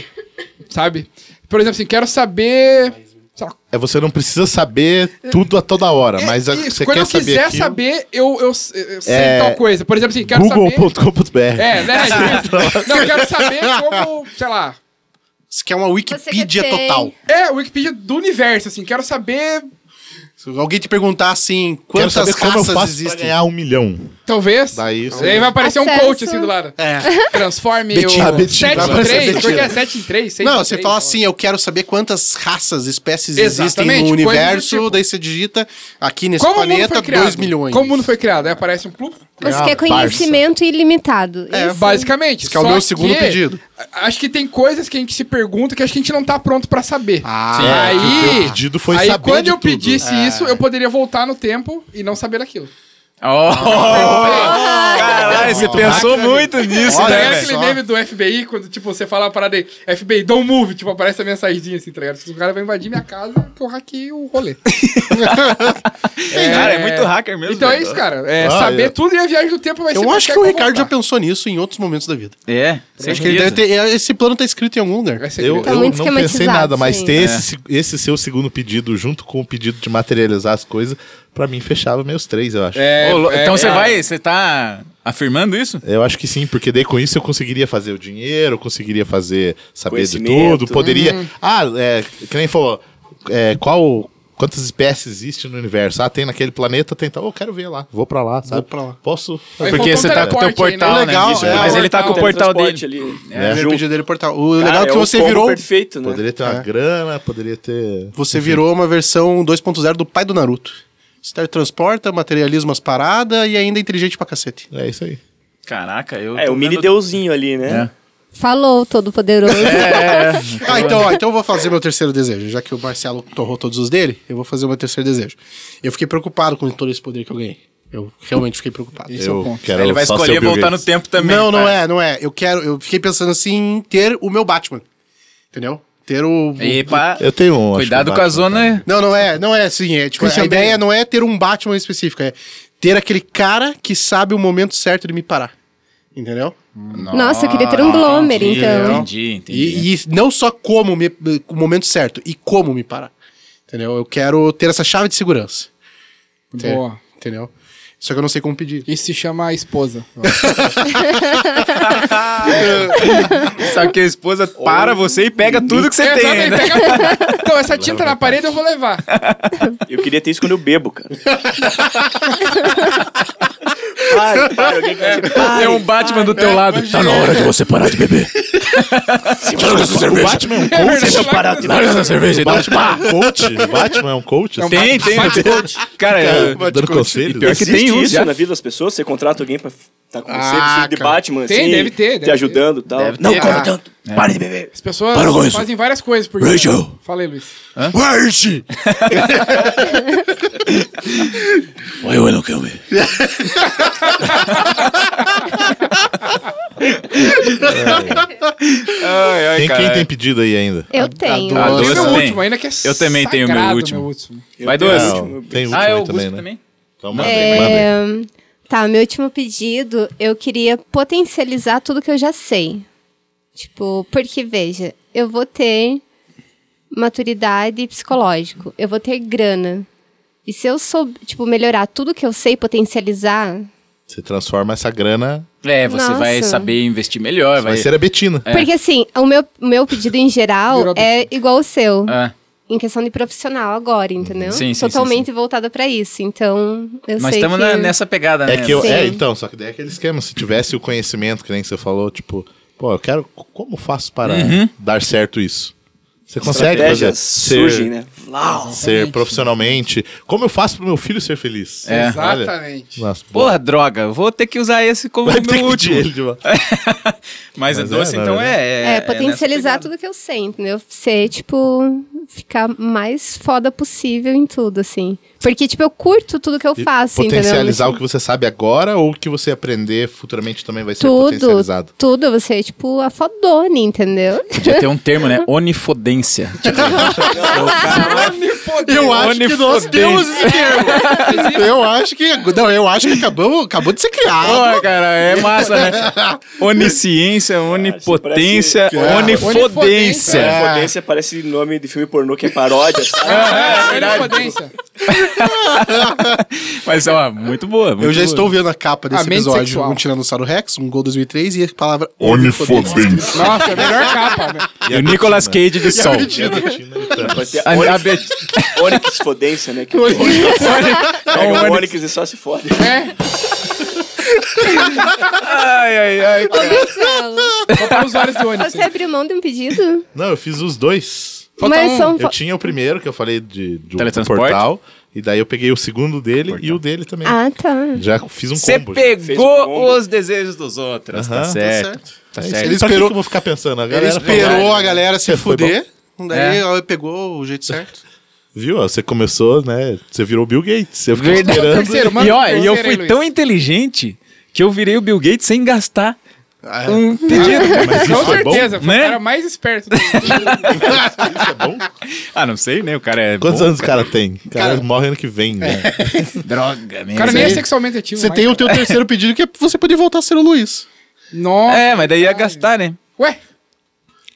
sabe? Por exemplo, assim, quero saber. sei lá, É, você não precisa saber tudo a toda É, hora, mas a- É isso, você quando quer eu saber quiser aquilo, saber, eu, eu, eu sei É, tal coisa. Por exemplo, assim, quero saber. google.com.br. É, né? Não, eu quero saber como, sei lá. Isso aqui é uma que Wikipedia tem. total. É, o Wikipedia do universo, assim. Quero saber Se alguém te perguntar assim, Quero quantas saber como eu caças faço pra existem? ganhar um milhão. Talvez. Daí E aí você... vai aparecer um Acesso. coach assim do lado. É. Transforme Betina, o Betina. 7 Vai em aparecer 3. Como é que Betina. é 7 em 3? 6 Não, em você 3, fala assim, eu quero saber quantas raças, espécies existem Exatamente, no coisa do universo, tipo. daí você digita aqui nesse Como o mundo planeta foi criado? 2 milhões. Como o mundo foi criado? Aí aparece um plup. Você Ah, quer Barça. conhecimento ilimitado. É, Isso. Basicamente. Esse que é o Só meu segundo pedido. a- Acho que tem coisas que a gente se pergunta que acho que a gente não tá pronto pra saber. Ah, Sim. que é, o aí, teu pedido foi aí saber quando de eu tudo. pedisse isso, eu poderia voltar no tempo e não saber aquilo. Caralho, você pensou muito nisso, Tá Olha, ligado velho, aquele só. meme do FBI, quando tipo, você fala a parada aí, FBI, don't move, tipo, aparece a mensagenzinha assim, tá ligado? O cara vai invadir minha casa que eu hackeei o rolê. Cara, é muito hacker mesmo. Então é velho. isso, cara. É, Ah, saber é. tudo e a viagem do tempo vai ser. Eu pra acho que chegar o e Ricardo já é voltar. pensou nisso em outros momentos da vida. É. Acho que ele deve ter- esse plano tá escrito em algum lugar. Vai ser Eu, incrível. Tá eu muito não pensei em nada, mas sim. ter esse, se- esse seu segundo pedido junto com o pedido de materializar as coisas, pra mim fechava meus três, eu acho. É, Ô, lo- é, então você é. vai, você tá afirmando isso? Eu acho que sim, porque daí com isso eu conseguiria fazer o dinheiro, eu conseguiria fazer saber de Conhecimento. tudo, poderia. Ah, é, que nem falou, é, qual. Quantas espécies existem no universo? Ah, tem naquele planeta, tem tal. Eu quero ver lá, vou pra lá, sabe? pra lá. Posso. Aí Porque faltou você um tá com o teu teleporte aí, né? portal, né? Legal, bicho? é, Mas o ele tá com o portal Teletransporte dele. um Ali. É, Primeiro ju- pedido dele portal. O legal Cara, é que um você combo virou, perfeito, né? Poderia ter uma grana, poderia ter. você virou uma versão 2.0 do pai do Naruto. Você teletransporta, materializa umas paradas e ainda é inteligente pra cacete. É isso aí. Caraca, eu. É, tô o mini vendo- deusinho ali, né? Falou, Todo-Poderoso. Hum. Ah, então, ó, então eu vou fazer meu terceiro desejo. Já que o Marcelo torrou todos os dele, eu vou fazer o meu terceiro desejo. Eu fiquei preocupado com todo esse poder que eu ganhei. Eu realmente fiquei preocupado. um eu quero Ele vai só ser o escolher Bill voltar no Gates. tempo também. tá? não, não pai. é, não é. Eu quero, eu fiquei pensando assim em ter o meu Batman. Entendeu? Ter o. o- Epa, Eu tenho um. acho cuidado que com a bate- zona. né? Não, não é, não é assim. É, tipo, a ideia não é ter um Batman específico, é ter aquele cara que sabe o momento certo de me parar. Entendeu? Nossa, eu queria ter um Glomer, entendi, então. Entendi, entendi. E, e não só como me, o momento certo, e como me parar. Entendeu? Eu quero ter essa chave de segurança. Ente- Boa. Entendeu? Só que eu não sei como pedir. Isso se chama esposa. Sabe que a esposa para você e pega tudo que você É, tem, exatamente, né? pega- Então, essa tinta na parede eu vou levar. Eu queria ter isso quando eu bebo, cara. Pare, pare, alguém que vai dizer, É um Batman do teu lado. Tá na hora de você parar de beber. Larga essa cerveja. É verdade, lá- Larga essa cerveja. e dá um Batman é um coach? Batman é um é coach? Tem, tem. Cara, um eu- Dando conselhos? pior que Existe tem uns isso já. na vida das pessoas? Você contrata alguém pra estar com você, Ah, vestido de cara. Batman, Tem, assim, deve ter, deve te ajudando e tal. Não coma tanto. Pare de beber. As pessoas Para com isso. fazem várias coisas por dia. Rachel. Falei, Luiz. Marche! Eu não quero ver. Ai, ai, Tem quem cara. tem pedido aí ainda? Eu tenho. Ah, Eu doce tenho meu também. último ainda que é Eu também tenho meu sagrado, último. meu último. Vai tenho dois. esse Não, último. tem o último Ah, é o aí Augusto também, né? também? Então mandei, mandei. Tá, meu último pedido, eu queria potencializar tudo que eu já sei. Tipo, porque veja, eu vou ter maturidade psicológico, eu vou ter grana. E se eu sou, tipo, melhorar tudo que eu sei, potencializar, Você transforma essa grana. É, você vai Nossa. saber investir melhor, Vai vai. ser a Betina. É. porque assim, o meu, o meu pedido em geral Virou é igual o seu, Ah, em questão de profissional agora, entendeu? Sim, sim, sim, Totalmente voltada pra isso. Então, eu nós sei estamos que na- nessa pegada, né? É que eu, Sim. é, então, só que daí é aquele esquema. Se tivesse o conhecimento, que nem você falou, tipo, pô, eu quero. Como faço para Uhum. dar certo isso? Você consegue fazer? Estratégias surgem, ser, né? ser profissionalmente. Como eu faço pro meu filho ser feliz? É. Olha. Exatamente. Nossa, Porra, droga, eu vou ter que usar esse como Vai ter meu que pedir último. ele de volta. Mas, é Mas doce, é, na então é. verdade. É, nessa potencializar pegada. tudo que eu sei, entendeu? Ser, tipo, ficar mais foda possível em tudo, assim. Porque, tipo, eu curto tudo que eu E faço, entendeu? potencializar o que você sabe agora ou o que você aprender futuramente também vai ser tudo, potencializado. tudo, você é tipo a fodona, entendeu? Podia ter um termo, né? Onifodência. Eu acho que nós Onifodência. temos esse termo. eu acho que. Não, eu acho que acabou, acabou de ser criado. Pô, cara, é massa, né? Onisciência, onipotência, parece- é onifodência. Onifodência parece nome de filme pornô que é paródia, sabe? É, é, é, Mas, ó, muito boa. muito Eu já boa. estou vendo a capa A desse mente episódio. sexual. Um Tiranossauro Rex, um Gol 2003 e a palavra Onifodens. né? Nossa, a melhor capa, né? E o Nicolas Cage de sol. É da China e Thanos. Vai ter A- a Onix, a Bet- Onix Fodência, né? Que o É o Onix, Onix. e só se fode. Ai, ai, ai. Ô, Marcelo, Só para os usuários tá do ônibus. você abriu mão de um pedido? Não, eu fiz os dois. Falta Mas um. são Eu fo- tinha o primeiro, que eu falei de, de um Teletransporte. portal. E daí eu peguei o segundo dele e o dele também. Ah, tá. Já fiz um Você combo. já. Fez um combo. pegou os desejos dos outros. Aham, Tá tá certo. Tá Ele certo. Ele esperou. esperou- Que eu vou ficar pensando. A Ele galera esperou falou, a galera se "Ah, é foi bom." fuder. então Daí ela pegou o jeito certo. Viu? ó, Você começou, né? Você virou Bill Gates. Eu fiquei Verdade. esperando. Terceiro, manda E o olha, e eu terceiro aí, fui Luiz. tão inteligente que eu virei o Bill Gates sem gastar Ah, é. um pedido. Mas isso Com é bom? certeza, foi Né? o cara mais esperto. do mundo. Isso é bom? ah, não sei, né? O cara é. Quantos bom. anos o cara tem? O cara, morre ano que vem, né? Droga, mesmo. O cara nem é Você- sexualmente ativo. Você mais, tem um- o cara. teu terceiro pedido que é você poder voltar a ser o Luiz. Nossa. É, mas daí ia gastar, né? Ué,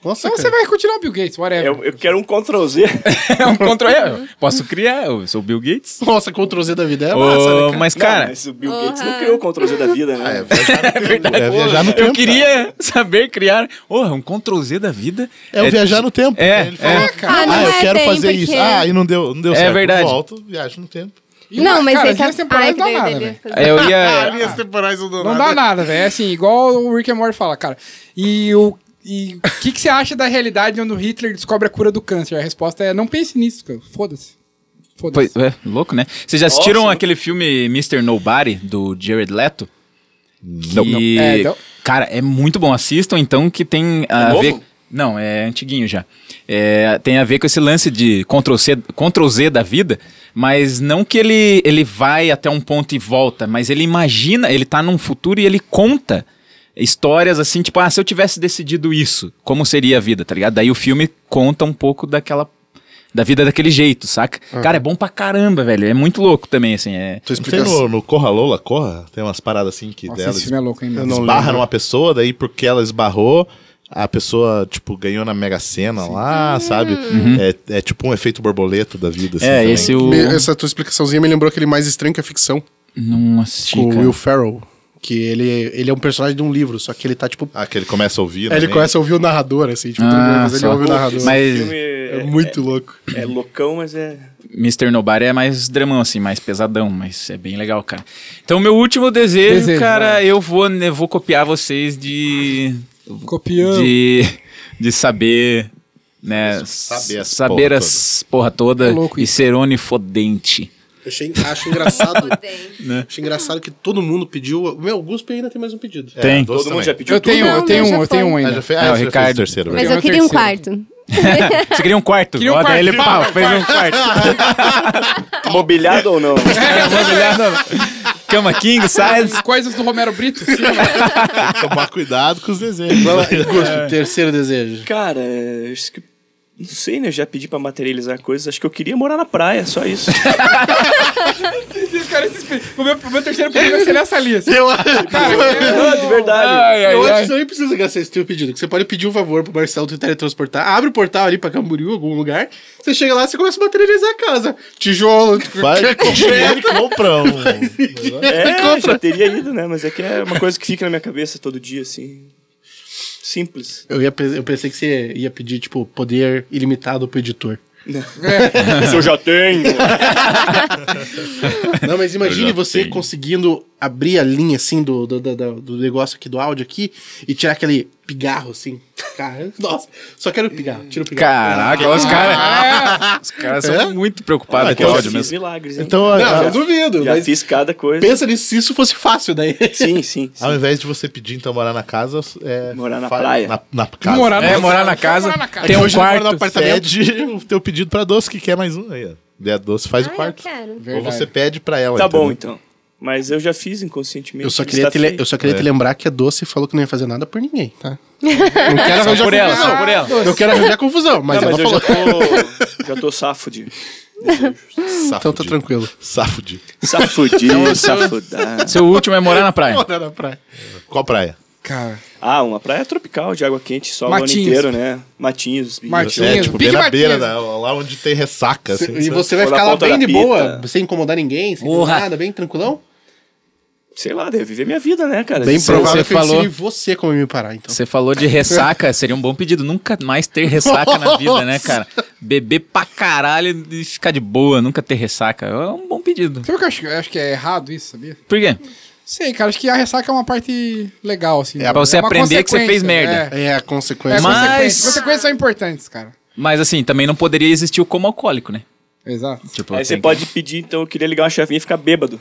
Nossa, então você cara. vai continuar o Bill Gates, whatever. Eu, eu quero um Ctrl Z. É um controle. Eu posso criar, eu sou o Bill Gates. Nossa, Ctrl Z da vida é Tá massa, né, Ô, cara? mas, cara, Não, mas o Bill Gates não criou o Ctrl Z da vida, né? É viajar no tempo. eu queria saber criar. Oh, um Ctrl Z da vida. É o viajar no tempo. É, Ele é. falou, Ah, não ah, eu é quero bem, fazer porque- isso. Ah, e não deu, não deu É certo. verdade. Eu volto, viajo no tempo. E Não, uma- mas cara, ele tá... as linhas temporais não dá nada, dele. velho. Eu ia. Linhas temporais não dão Não nada. dá nada, velho. É assim, igual o Rick and Morty fala, cara. E o e o que, que você acha da realidade onde o Hitler descobre a cura do câncer? A resposta é não pense nisso, cara. Foda-se. Foda-se. Pois, é, louco, né? Vocês já assistiram Nossa. aquele filme Mr. Nobody, do Jared Leto? Não. É, não. Cara, é muito bom. Assistam, então, que tem a novo? ver... Não, é antiguinho já. É, tem a ver com esse lance de Ctrl C, Ctrl Z da vida, mas não que ele, ele vai até um ponto e volta, mas ele imagina, ele tá num futuro e ele conta histórias assim, tipo, ah, se eu tivesse decidido isso, como seria a vida, tá ligado? Daí o filme conta um pouco daquela da vida daquele jeito, saca? Cara, é bom pra caramba, velho. É muito louco também, assim. É... Tua Não tem explicação. no, no Corra Lola Corra? Tem umas paradas assim que Nossa, dela esse filme é louco, hein, Eu mano? não esbarra lembro. numa pessoa, daí porque ela esbarrou, a pessoa, tipo, ganhou na Mega Sena lá, sabe? É, é tipo um efeito borboleta da vida. assim, É, também. esse o. Me- Essa tua explicaçãozinha me lembrou aquele mais estranho que a ficção. Não assisti. com o cara. Will Ferrell. Que ele, ele é um personagem de um livro, só que ele tá tipo. Ah, que ele começa a ouvir, né? ele começa a ouvir o narrador, assim, tipo, primeira vez ele só. ouve o narrador. Mas Filme É é, muito louco. é loucão, mas é. Mr. Nobody é mais dramão, assim, mais pesadão, mas é bem legal, cara. Então, meu último desejo, Desejo, cara, eu vou, eu vou copiar vocês de. Copiando. De, de saber. Né, Saber as saber porra as porra toda É louco e isso. ser um onifodente. Eu achei, acho engraçado. Tem. acho engraçado que todo mundo pediu. Meu, o Guspe ainda tem mais um pedido. É, Tem. doce Todo mundo também. já pediu Eu tenho, Não, eu tenho não, já um, eu tenho foi. um Ah, ainda. já fez, É, ah, o você já fez Ricardo. o terceiro. Mas velho. Tem um eu queria um terceiro. quarto. Você queria um quarto? Queria um Ó, daí quarto. ele pá, fez um quarto. Mobiliado ou não? né? É, vamos olhar na- Cama King, size. Coisas do Romero Brito. sim, mano. Tem que tomar cuidado com os desejos. Guspe, terceiro desejo. Cara, eu acho que. Não sei, né? Eu já pedi pra materializar coisas. Acho que eu queria morar na praia, só isso. Esses caras se espe- o, meu, o meu terceiro pedido vai ser nessa assim. lista. Eu, é Não, de verdade. Ai, ai, eu acho que ai. você nem precisa gastar esse teu pedido. que Você pode pedir um favor pro Marcelo te teletransportar. Abre o portal ali pra Camboriú, algum lugar. Você chega lá, você começa a materializar a casa. Tijolo, Vai com dinheiro e compra um. É, já teria ido, né? Mas é que é uma coisa que fica na minha cabeça todo dia, assim. Simples. Eu, ia, pe- eu pensei que você ia pedir, tipo, poder ilimitado pro editor. Isso eu já tenho. Não, mas Eu imagine já você tenho. conseguindo abrir a linha, assim, do, do, do- do- do negócio aqui, do áudio aqui, e tirar aquele pigarro, assim. Cara, nossa, só quero pigarro, tira o pigarro. Caraca, os Ah, é? caras. Os caras são muito preocupados Ah, com então o Eu já áudio fiz mesmo. milagres, hein? Então, Não, a- eu duvido, já mas fiz cada coisa. pensa nisso, se isso fosse fácil daí. Sim, sim. sim. ao invés de você pedir, então, morar na casa... É, Morar na fa- praia. Na, na casa. Morar na É, morar na casa, tem um Hoje eu moro no quarto. apartamento. Pede o teu pedido pra Doce, que quer mais um aí, ó. Dê a Doce, faz o Ah, eu quarto. quero. Ou Verdade. você pede pra ela. Tá bom, entendeu? então. Mas eu já fiz inconscientemente. tá Eu só Ele queria, está te, le- feio. eu só queria te lembrar que a Doce falou que não ia fazer nada por ninguém, tá? Não quero Só arranjar por ela, só por ela. Eu quero arranjar confusão, mas Não, ela mas eu falou. já tô, já tô safo de. Safude. Então tá tranquilo. Safude. Safudido, safudado. Seu último é morar na praia. Morar na praia. Qual praia? cara? Ah, uma praia tropical de água quente só o ano Matinhos. inteiro, né? Matinhos. Matinhos. É, Marquinhos, tipo, Big bem na Marquinhos. beira, da, lá onde tem ressaca. assim, E sabe? você vai Ou na ficar lá ponta bem da de boa, pita. sem incomodar ninguém, sem Porra. nada, bem tranquilão? É, Sei lá, deve viver minha vida, né, cara? Bem Você- provável você que eu falou- ensine você como me parar, então. Você falou de ressaca, seria um bom pedido. Nunca mais ter ressaca na vida, né, cara? Beber pra caralho e ficar de boa, nunca ter ressaca. É um bom pedido. Sabe o que eu acho, eu acho que é errado isso, sabia? Por quê? Sei, cara, acho que a ressaca é uma parte legal, assim. É, pra você uma aprender que você fez consequência, merda. é. É a É, consequência. Mas- consequência. Consequências são importantes, cara. Mas assim, também não poderia existir o como alcoólico, né? Exato. Tipo, Aí você tem- pode pedir, então, eu queria ligar uma chavinha e ficar bêbado.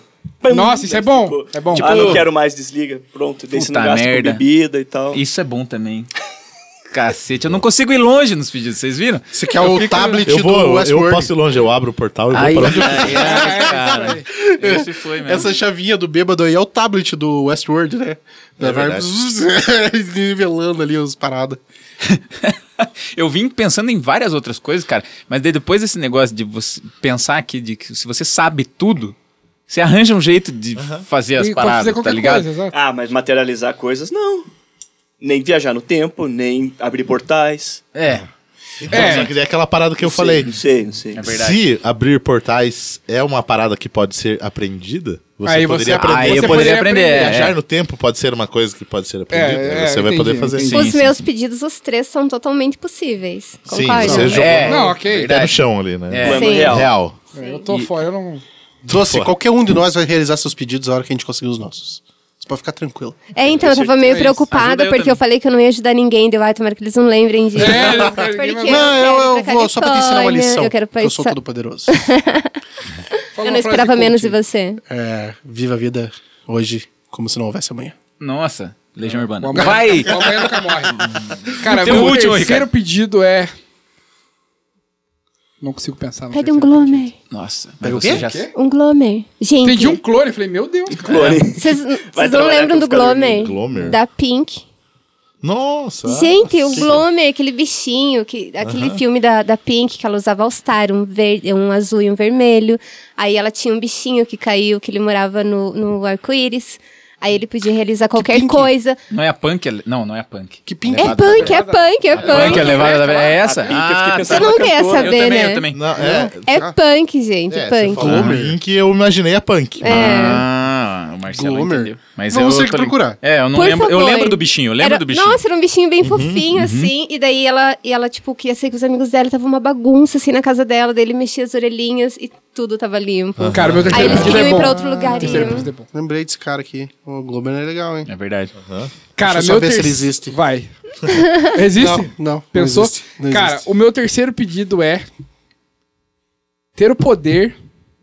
Nossa, isso é Daí, bom, tipo, é bom. ah, não Tipo- quero mais, desliga. Pronto, daí você não Puta gasta com merda. bebida e tal. Isso é bom também. Cacete, eu não consigo ir longe nos pedidos, vocês viram? Você quer o tablet Eu do vou, eu Westworld. posso ir longe, eu abro o portal e vou Ai, pra onde eu É, ai, ai, cara. Esse foi mesmo. Essa chavinha do bêbado aí é o tablet do Westworld, né? É vai nivelando ali os paradas. eu vim pensando em várias outras coisas, cara. Mas daí depois desse negócio de você pensar que, de que se você sabe tudo, você arranja um jeito de fazer as E pode fazer paradas, tá qualquer ligado? coisa, exato. Ah, mas materializar coisas, não. Nem viajar no tempo, nem abrir portais. É. Então, É. só que daí é aquela parada que eu Não sei, falei. É Não sei, não sei. verdade. Se abrir portais é uma parada que pode ser aprendida, você Aí você- poderia aprender. Aí eu Você poderia aprender. Viajar é. no tempo pode ser uma coisa que pode ser aprendida. É, né? é, você vai entendi, poder fazer entendi. isso. Os sim. meus pedidos, os três, são totalmente possíveis. Sim, Concorda? você jogou É. Não, ok. até no chão ali, né? Plano Sim. é real. Real. Eu tô E- fora, eu não... Doce, Pô. qualquer um de nós vai realizar seus pedidos na hora que a gente conseguir os nossos. Você pode ficar tranquilo. É, então, eu tava meio isso. Ajuda preocupada eu porque também. eu falei que eu não ia ajudar ninguém, deu, ai, tomara que eles não lembrem disso. Porque É, eu Não, quero ir eu, eu pra vou só pra te ensinar uma Califórnia, lição. Eu quero porque pra eu sou todo poderoso. Eu não esperava menos de você. É, viva a vida hoje como se não houvesse amanhã. Nossa, Legião Urbana. amanhã- Vai! O amanhã nunca morre. Cara, Tem meu um último, terceiro Ricardo. pedido é... Não é- consigo pensar. no Pede um terceiro. Glomer. Nossa, mas Pega o você quê? já... Quê? Um Glomer. Gente, Entendi um clone, falei, meu Deus, cara. Clone. vocês vocês não trabalhar lembram que eu do vou ficar Glomer? dormindo. Glomer? Tá. Da Pink. Nossa. Gente, o Glomer, aquele bichinho, que, aquele filme da, da Pink, que ela usava All-Star, um, verde- um azul e um vermelho. Aí ela tinha um bichinho que caiu, que ele morava no, no arco-íris. Aí ele podia realizar qualquer Pink? coisa. Não é a punk? é- Não, não é a punk. Que pink. É punk, é punk, é Punk é punk. levada da... É essa? Pink, eu fiquei Ah, pensando Você tá. não quer Eu saber, também, né? eu também. Não, é, É punk, gente, é, você punk. É. falou em que eu imaginei a punk. Ah, o Marcelo Glomer. entendeu. Mas Vamos eu ter que tô lig- procurar. É, eu não Por lembro. Eu favor. lembro do bichinho, eu lembro Era- do bichinho. Nossa, era um bichinho Uhum, bem fofinho, assim. E daí ela, e ela, tipo, queria sair com os amigos dela, e tava uma bagunça, assim, na casa dela. Daí ele mexia as orelhinhas e tudo tava limpo. Cara, meu Aí Ah, terceiro eles pedido queriam é ir bom. pra outro lugar e... Terceiro pedido é bom. Lembrei desse cara aqui. O Glober é legal, hein? É verdade. Cara, Deixa eu só meu ver se ele terce- existe. Vai. Existe? não. Pensou? Não existe, não Cara, existe. o meu terceiro pedido é ter o poder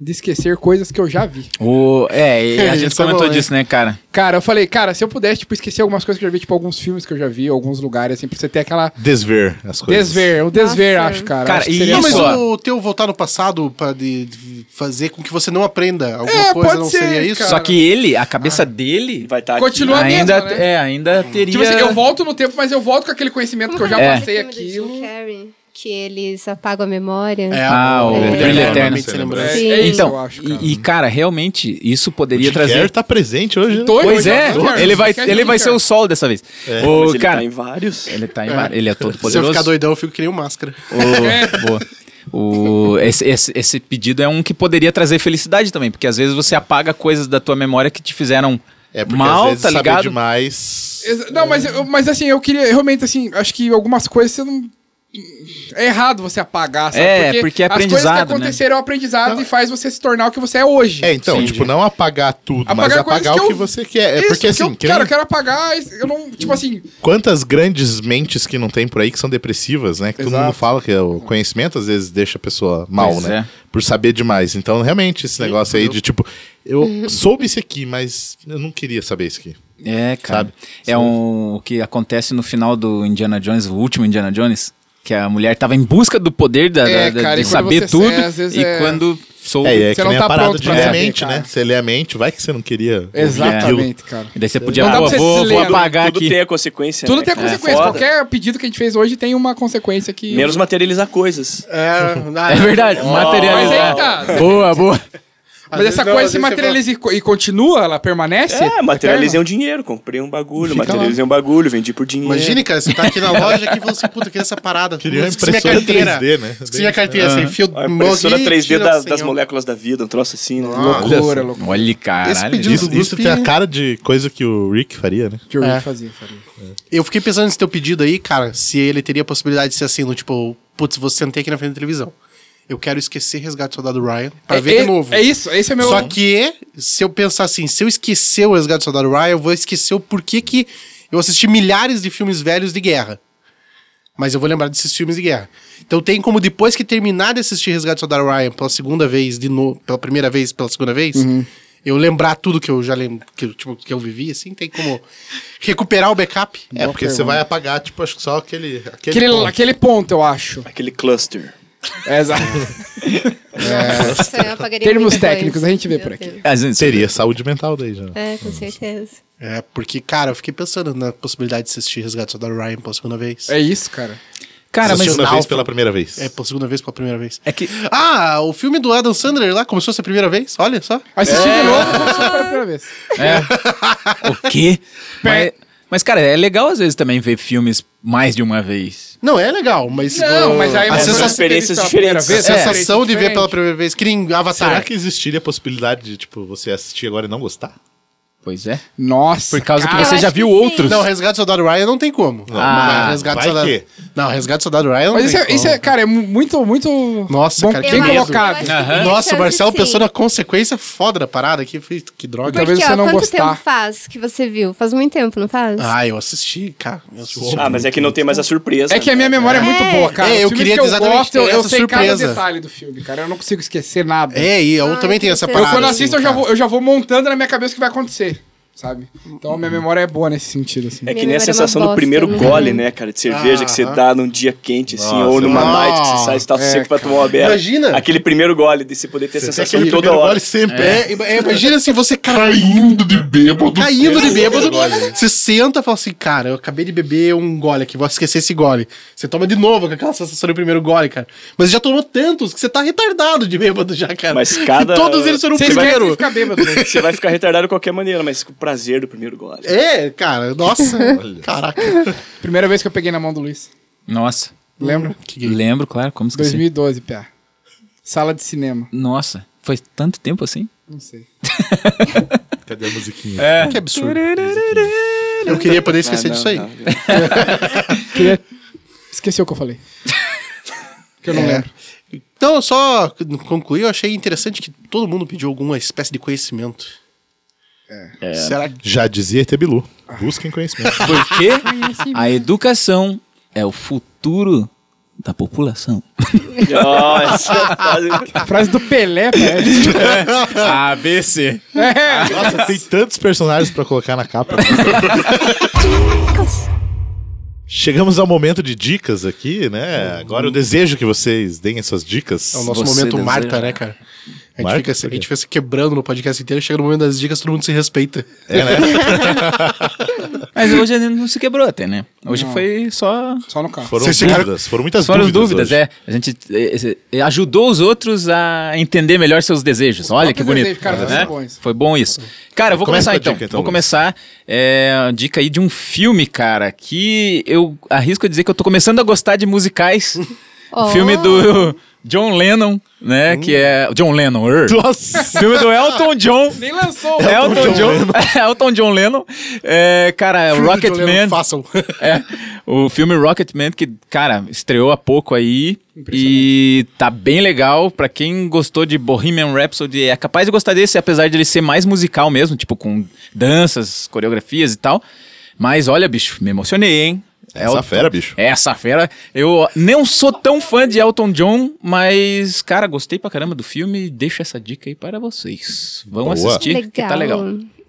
de esquecer coisas que eu já vi. O, é, e a gente Isso é comentou bom, hein? disso, né, cara? Cara, eu falei, cara, se eu pudesse, tipo, esquecer algumas coisas que eu já vi, tipo, alguns filmes que eu já vi, alguns lugares, assim, pra você ter aquela Desver as coisas. desver, o desver, Nossa. acho, cara. Cara, acho que e seria Não, mas Isso, ó. o teu voltar no passado pra de- de fazer com que você não aprenda alguma É, coisa pode não ser, seria isso? cara. Só que ele, a cabeça dele, Vai tá estar Continua a ainda, mesma, né? é, ainda teria. Tipo assim, eu volto no tempo, mas eu volto com aquele conhecimento que eu já é? passei aquele filme do Jim aquilo. Carrey, Que eles apagam a memória. É, Ah, o é, né? Brilho é, Eterno. realmente você lembrou. É, Sim. é isso, então, eu acho, cara. E, e, cara, realmente, isso poderia Jim trazer. Carrey tá presente hoje, né? Tô- Pois é, Jim Carrey, ele vai, Jim Carrey, ele vai Jim ser o sol dessa vez. Mas É. o ele cara, tá em vários. ele tá em var- ele é todo Se eu poderoso. ficar doidão, eu fico que nem um máscara. O, boa. O- esse, esse- esse pedido é um que poderia trazer felicidade também, porque às vezes você apaga coisas da tua memória que te fizeram É porque mal, às vezes tá saber ligado? demais. Exa- Não, mas, eu- mas assim, eu queria realmente, assim, acho que algumas coisas você não. É errado você apagar, sabe? É, porque é As coisas aprendizado, que aconteceram é aprendizado e faz você se tornar o que você é hoje. É, então, tipo, não apagar tudo, mas Apagar coisas apagar que o que eu- você quer. É Isso, porque que assim, eu, que cara, nem- eu quero apagar, eu não, tipo assim, quantas grandes mentes que não tem por aí que são depressivas, né? Que todo Exato. mundo fala que o conhecimento às vezes deixa a pessoa mal, Pois né? Por saber demais. Então, realmente, esse negócio aí de tipo, eu soube isso aqui, mas eu não queria saber isso aqui. É, cara. Sabe? É um, o que acontece no final do Indiana Jones, o último Indiana Jones, que a mulher tava em busca do poder da, É, da- cara, de e quando saber você- tudo. é, às vezes e é- quando soube. É, e é Você que não nem tá a parada pronto de pra ler a saber, mente, cara. É, né? Você lê a mente, vai que você não queria. ouvir aquilo. exatamente, cara. E daí você Então, podia, Não dá pô, pra você vou, vou desler, né? apagar tudo aqui. tem a consequência. Tudo né, tem a cara? consequência. Foda. Qualquer pedido que a gente fez hoje tem uma consequência que. Menos materializar coisas. É, É verdade, Mas aí materializar. tá. Boa, boa. Mas essa coisa se materializa e co- e continua? Ela permanece? É, materializei Eterna? um dinheiro, comprei um bagulho, Fica materializei um bagulho, vendi por dinheiro. Imagine, cara, você tá aqui na loja aqui e falou assim, puta, eu queria essa parada. Queria uma Esqueci minha impressora carteira. 3D, né? Esqueci minha carteira, assim, fio A impressora 3D tira das, assim, das ó. moléculas da vida, um troço assim, né? Loucura, loucura. Olha, Esse caralho. pedido Isso, do isso Guspe- tem a cara de coisa que o Rick faria, né? Que eu ia É. fazer, faria. Eu fiquei pensando nesse teu pedido aí, cara, se ele teria a possibilidade de ser assim, no tipo, putz, vou sentei aqui na frente da televisão. Eu quero esquecer Resgate do Soldado Ryan pra é, ver é- de novo. É isso, esse é meu. Só que, se eu pensar assim, se eu esquecer o Resgate do Soldado Ryan, eu vou esquecer o porquê que eu assisti milhares de filmes velhos de guerra. Mas eu vou lembrar desses filmes de guerra. Então tem como depois que terminar de assistir Resgate do Soldado Ryan pela segunda vez, de novo, pela primeira vez, pela segunda vez, eu lembrar tudo que eu já lembro, que, eu, tipo, que eu vivi, assim, tem como recuperar o backup. É, porque você vai apagar, tipo, acho que só aquele. aquele Aquele, ponto. aquele ponto, eu acho. Aquele cluster. É, exato. Nossa, eu apagaria é. Termos muita coisa. técnicos, a gente vê Meu por aqui. Deus. A gente- Seria saúde mental daí já. É, com certeza. É, porque, cara, eu fiquei pensando na possibilidade de assistir Resgate do Soldado Ryan pela segunda vez. É isso, cara. Cara, mas. Assistiu uma vez Náufrago. pela primeira vez. É, pela segunda vez, pela primeira vez. É que. Ah, o filme do Adam Sandler lá começou a ser a primeira vez? Olha só. Assisti É. de novo, como se fosse a primeira vez. é. O quê? mas, mas, cara, é legal às vezes também ver filmes mais de uma vez. Não, é legal, mas. Não, uh, mas aí a você sensação, experiências pela primeira diferentes. vez, a é. sensação de ver Diferente. pela primeira vez. Que nem Será Avatar. que existiria a possibilidade de, tipo, você assistir agora e não gostar? Pois é. Nossa. Por causa cara. que você eu já acho viu que sim. outros. Não, Resgate do Soldado Ryan não tem como. Não, Ah, Resgate do vai Soldado... que? Não, Resgate do Soldado Ryan não Mas isso tem é, como. isso é, cara, é mu- muito, muito. Nossa, bom, cara, que bem medo. colocado. Aham. Nossa, o Marcelo pensou na na consequência foda da parada aqui. Falei, Que droga. Talvez assim, Porque, você ó, não quanto gostar. tempo faz que você viu? Faz muito tempo, não faz? Ah, eu assisti, cara. Eu assisti. Ah, mas é que não tem mais a surpresa. É que a minha memória é, muito É. boa, cara. É, Os eu filmes queria que eu exatamente gosto, eu, ter eu essa sei surpresa. cada detalhe do filme, cara. Eu não consigo esquecer nada. É, e eu Ai, também tenho essa que parada. eu quando assim, assisto, eu já, cara. vou, eu já vou montando na minha cabeça o que vai acontecer, sabe? Então Uhum. minha memória é boa nesse sentido, assim. É que Minha nem a memória é uma sensação do bosta, primeiro né? gole, né, cara? De cerveja que você Aham. dá num dia quente, assim, Nossa, ou numa mano. night que você sai e tá É, seco pra tomar uma beira. Ah, Imagina. Aquele primeiro gole, de você poder tá ter Você essa tem sensação aquele toda primeiro hora. gole sempre. É, ima- é, imagina assim, você Caindo de bêbado. caindo de bêbado. Você senta e fala assim, cara, eu acabei de beber um gole aqui, vou esquecer esse gole. Você toma de novo com aquela sensação do primeiro gole, cara. Mas você já tomou tantos que você tá retardado de bêbado já, cara. Mas cada- E todos eles foram o Você esquece e primeiro. fica bêbado. né? Você vai ficar retardado de qualquer maneira, mas com o prazer do primeiro gole. É, cara, nossa. Caraca. Primeira vez que eu peguei na mão do Luiz. Nossa. Uhum. Lembra? é Lembro, claro, como esqueci. 2012, PA. Sala de cinema. Nossa, foi tanto tempo assim? Não sei. Cadê a musiquinha? Que absurdo. Eu queria poder Ah, esquecer disso aí. Queria... Esqueceu o que eu falei. que eu não lembro. Então, eu só concluir, eu achei interessante que todo mundo pediu alguma espécie de conhecimento. É. Será que. Já dizia Tebilu. Busquem conhecimento. Porque assim a educação é o futuro da população. Nossa, quase- A frase do Pelé, é parece. ABC. Nossa, tem tantos personagens pra colocar na capa. Chegamos ao momento de dicas aqui, né? Agora eu desejo que vocês deem as suas dicas. É o nosso Você momento deseja. Marta, né, cara? A gente, Marta, fica, se- a por quê? gente fica se quebrando no podcast inteiro, chega no momento das dicas, todo mundo se respeita. Mas hoje a gente não se quebrou até, né? Hoje Não. foi só. Só no carro. Foram Vocês chegaram- dúvidas, foram muitas Foram dúvidas. dúvidas, hoje. é. A gente eh, eh, ajudou os outros a entender melhor seus desejos. Olha que próprios bonito. desejos, cara, né? foram bons. Foi bom isso. Cara, eu vou Começa começar com a então. dica, então, vou Lucas. começar. É, a dica aí de um filme, cara, que eu arrisco a dizer que eu tô começando a gostar de musicais. Oh. Filme do John Lennon, né? Que é. John Lennon, er. Hum. Nossa! Filme do Elton John. Nem lançou. Elton John. Elton John Lennon. É, cara, Rocket John Lennon, Man. Façam. É, o filme Rocketman, que, cara, estreou há pouco aí. E tá bem legal. Pra quem gostou de Bohemian Rhapsody, é capaz de gostar desse, apesar de ele ser mais musical mesmo, tipo, com danças, coreografias e tal. Mas olha, bicho, me emocionei, hein? É Essa fera, bicho. Essa fera. Eu não sou tão fã de Elton John, mas, cara, gostei pra caramba do filme. Deixo essa dica aí para vocês. Vão Boa. assistir, que tá legal.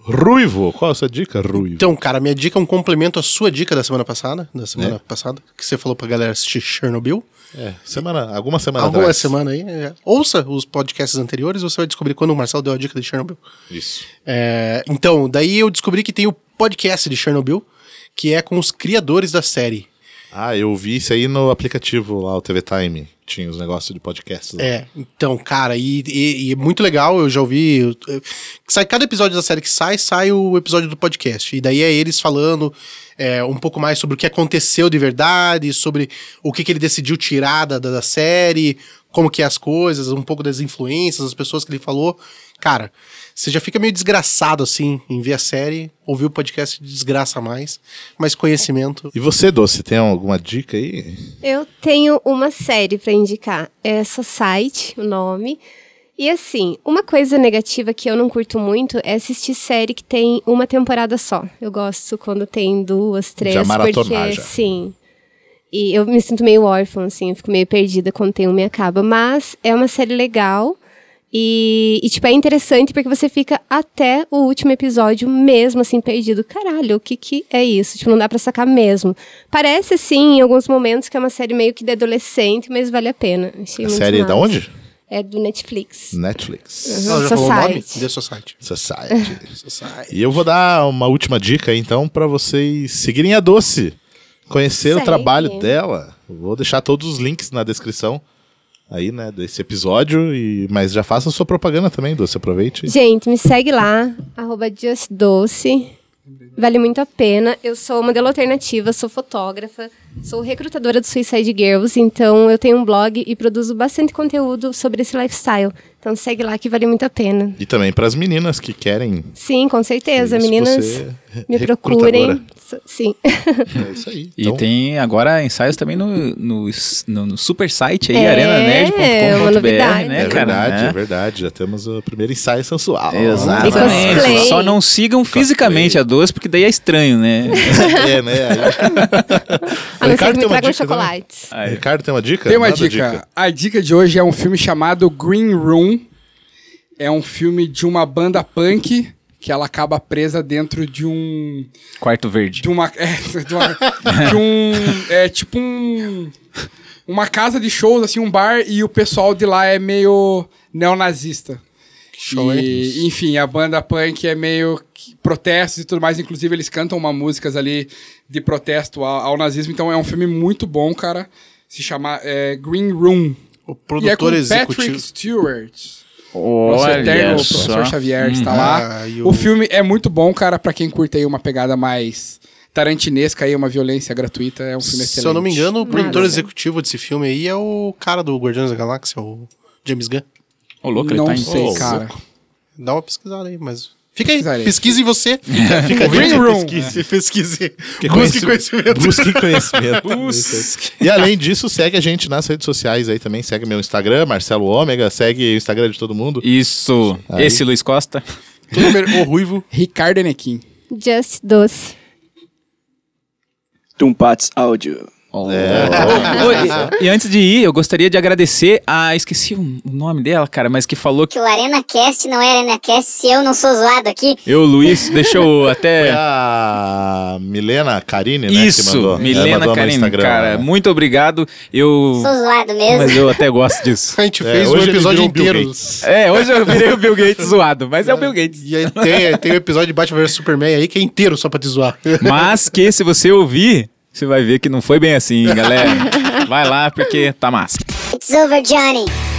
Ruivo, qual a sua dica, Ruivo? Então, cara, minha dica é um complemento à sua dica da semana passada, da semana passada, que você falou pra galera assistir Chernobyl. É, semana, alguma semana Alguma atrás. semana aí. é. Ouça os podcasts anteriores, você vai descobrir quando o Marcelo deu a dica de Chernobyl. Isso. É, então, daí eu descobri que tem o podcast de Chernobyl, que é com os criadores da série. Ah, eu vi isso aí no aplicativo lá, o TV Time. tinha os negócios de podcasts. lá. É, então, cara, e, e- e é muito legal, eu já ouvi. eu- eu- sai cada episódio da série que sai, sai o episódio do podcast. E daí é eles falando é, um pouco mais sobre o que aconteceu de verdade, sobre o que, que ele decidiu tirar da, da, da série, como que é as coisas, um pouco das influências, as pessoas que ele falou. Cara, você já fica meio desgraçado assim em ver a série, ouvir o podcast desgraça mais, mas conhecimento. E você, Doce, tem alguma dica aí? Eu tenho uma série pra indicar. É Society, o nome. E assim, uma coisa negativa que eu não curto muito é assistir série que tem uma temporada só. Eu gosto quando tem duas, três, maratonar porque já. sim. E eu me sinto meio órfã, assim, eu fico meio perdida quando tem uma e acaba. Mas é uma série legal. E, e, tipo, é interessante porque você fica até o último episódio mesmo, assim, perdido. Caralho, o que que é isso? Tipo, não dá pra sacar mesmo. Parece, assim, em alguns momentos que é uma série meio que de adolescente, mas vale a pena. Achei A muito série é da massa. onde? É do Netflix. Netflix. Uhum, Ela já falou o nome? Society. Dê Society. É. Society. Society. E eu vou dar uma última dica aí, então para vocês seguirem a Doce, conhecer o Segue. trabalho dela. Vou deixar todos os links na descrição aí, né, desse episódio e mas já faça a sua propaganda também, Doce, aproveite. Gente, me segue lá, arroba justdoce. Vale muito a pena. Eu sou modelo alternativa, sou fotógrafa, sou recrutadora do Suicide Girls, então eu tenho um blog e produzo bastante conteúdo sobre esse lifestyle. Então segue lá que vale muito a pena. E também para as meninas que querem. Sim, com certeza. Isso, Meninas, você é me recrutadora. procurem. S- Sim. É isso aí. E Então, tem agora ensaios também no, no, no- no super site aí, É, uma arenanerd.com.br, novidade. né, é cara? verdade, né? é verdade. Já temos o primeiro ensaio sensual. E É, Exatamente. cosplay. Só não sigam fisicamente a doce, porque daí é estranho, né? É, né? A não ser que me um tem uma tragam dica, né? chocolates. O Ricardo tem uma dica? Tem uma Manda dica. A dica de hoje é um filme chamado Green Room. É um filme de uma banda punk que ela acaba presa dentro de um. Quarto verde. De uma. É, de, uma- de um. É tipo um. Uma casa de shows, assim, um bar, e o pessoal de lá é meio neonazista. show, e, enfim, a banda punk é meio que protestos e tudo mais. Inclusive, eles cantam uma músicas ali de protesto ao, ao nazismo. Então, é um filme muito bom, cara. Se chama é, Green Room. E O é com produtor Patrick executivo. Stewart. Nosso Olha eterno só. Uhum. professor Xavier está lá. Ah, e o... o- filme é muito bom, cara, pra quem curte aí uma pegada mais tarantinesca aí, uma violência gratuita. É um filme excelente. Se eu não me engano, o produtor executivo desse filme aí é o cara do Guardiões da Galáxia, o James Gunn. Ô, louco, ele não tá em sei, cara. Dá uma pesquisada aí, mas. Fica aí, Pesquisarei. pesquise você. Fica, a dica. Green Room. Pesquise, pesquise. conheci- Busque conhecimento. Busque conhecimento. E além disso, segue a gente nas redes sociais aí também. Segue meu Instagram, Marcelo Ômega. Segue o Instagram de todo mundo. Isso. Esse Luiz Costa. Kleber, o Ruivo. Ricardo Enequim. Just doce. Tumpats Áudio. Oh. É, Oi, e, e antes de ir, eu gostaria de agradecer a. Esqueci o o nome dela, cara, mas que falou que. Que o Arena Cast não é Arena Cast se eu não sou zoado aqui. Eu, Luiz, deixou Foi até. é a Milena Carine, né? que Isso, mandou. Ela Milena mandou no Karine, Instagram, né? cara. Muito obrigado. Eu. Sou zoado mesmo. Mas eu até gosto disso. A gente É, fez o hoje ele episódio virou o Bill inteiro. Gates. É, hoje eu virei o Bill Gates zoado, mas é o Bill Gates. E aí tem, tem o episódio de Batman vs Superman aí que é inteiro só pra te zoar. Mas que se você ouvir, você vai ver que não foi bem assim, galera. Vai lá, porque tá massa. It's over, Johnny.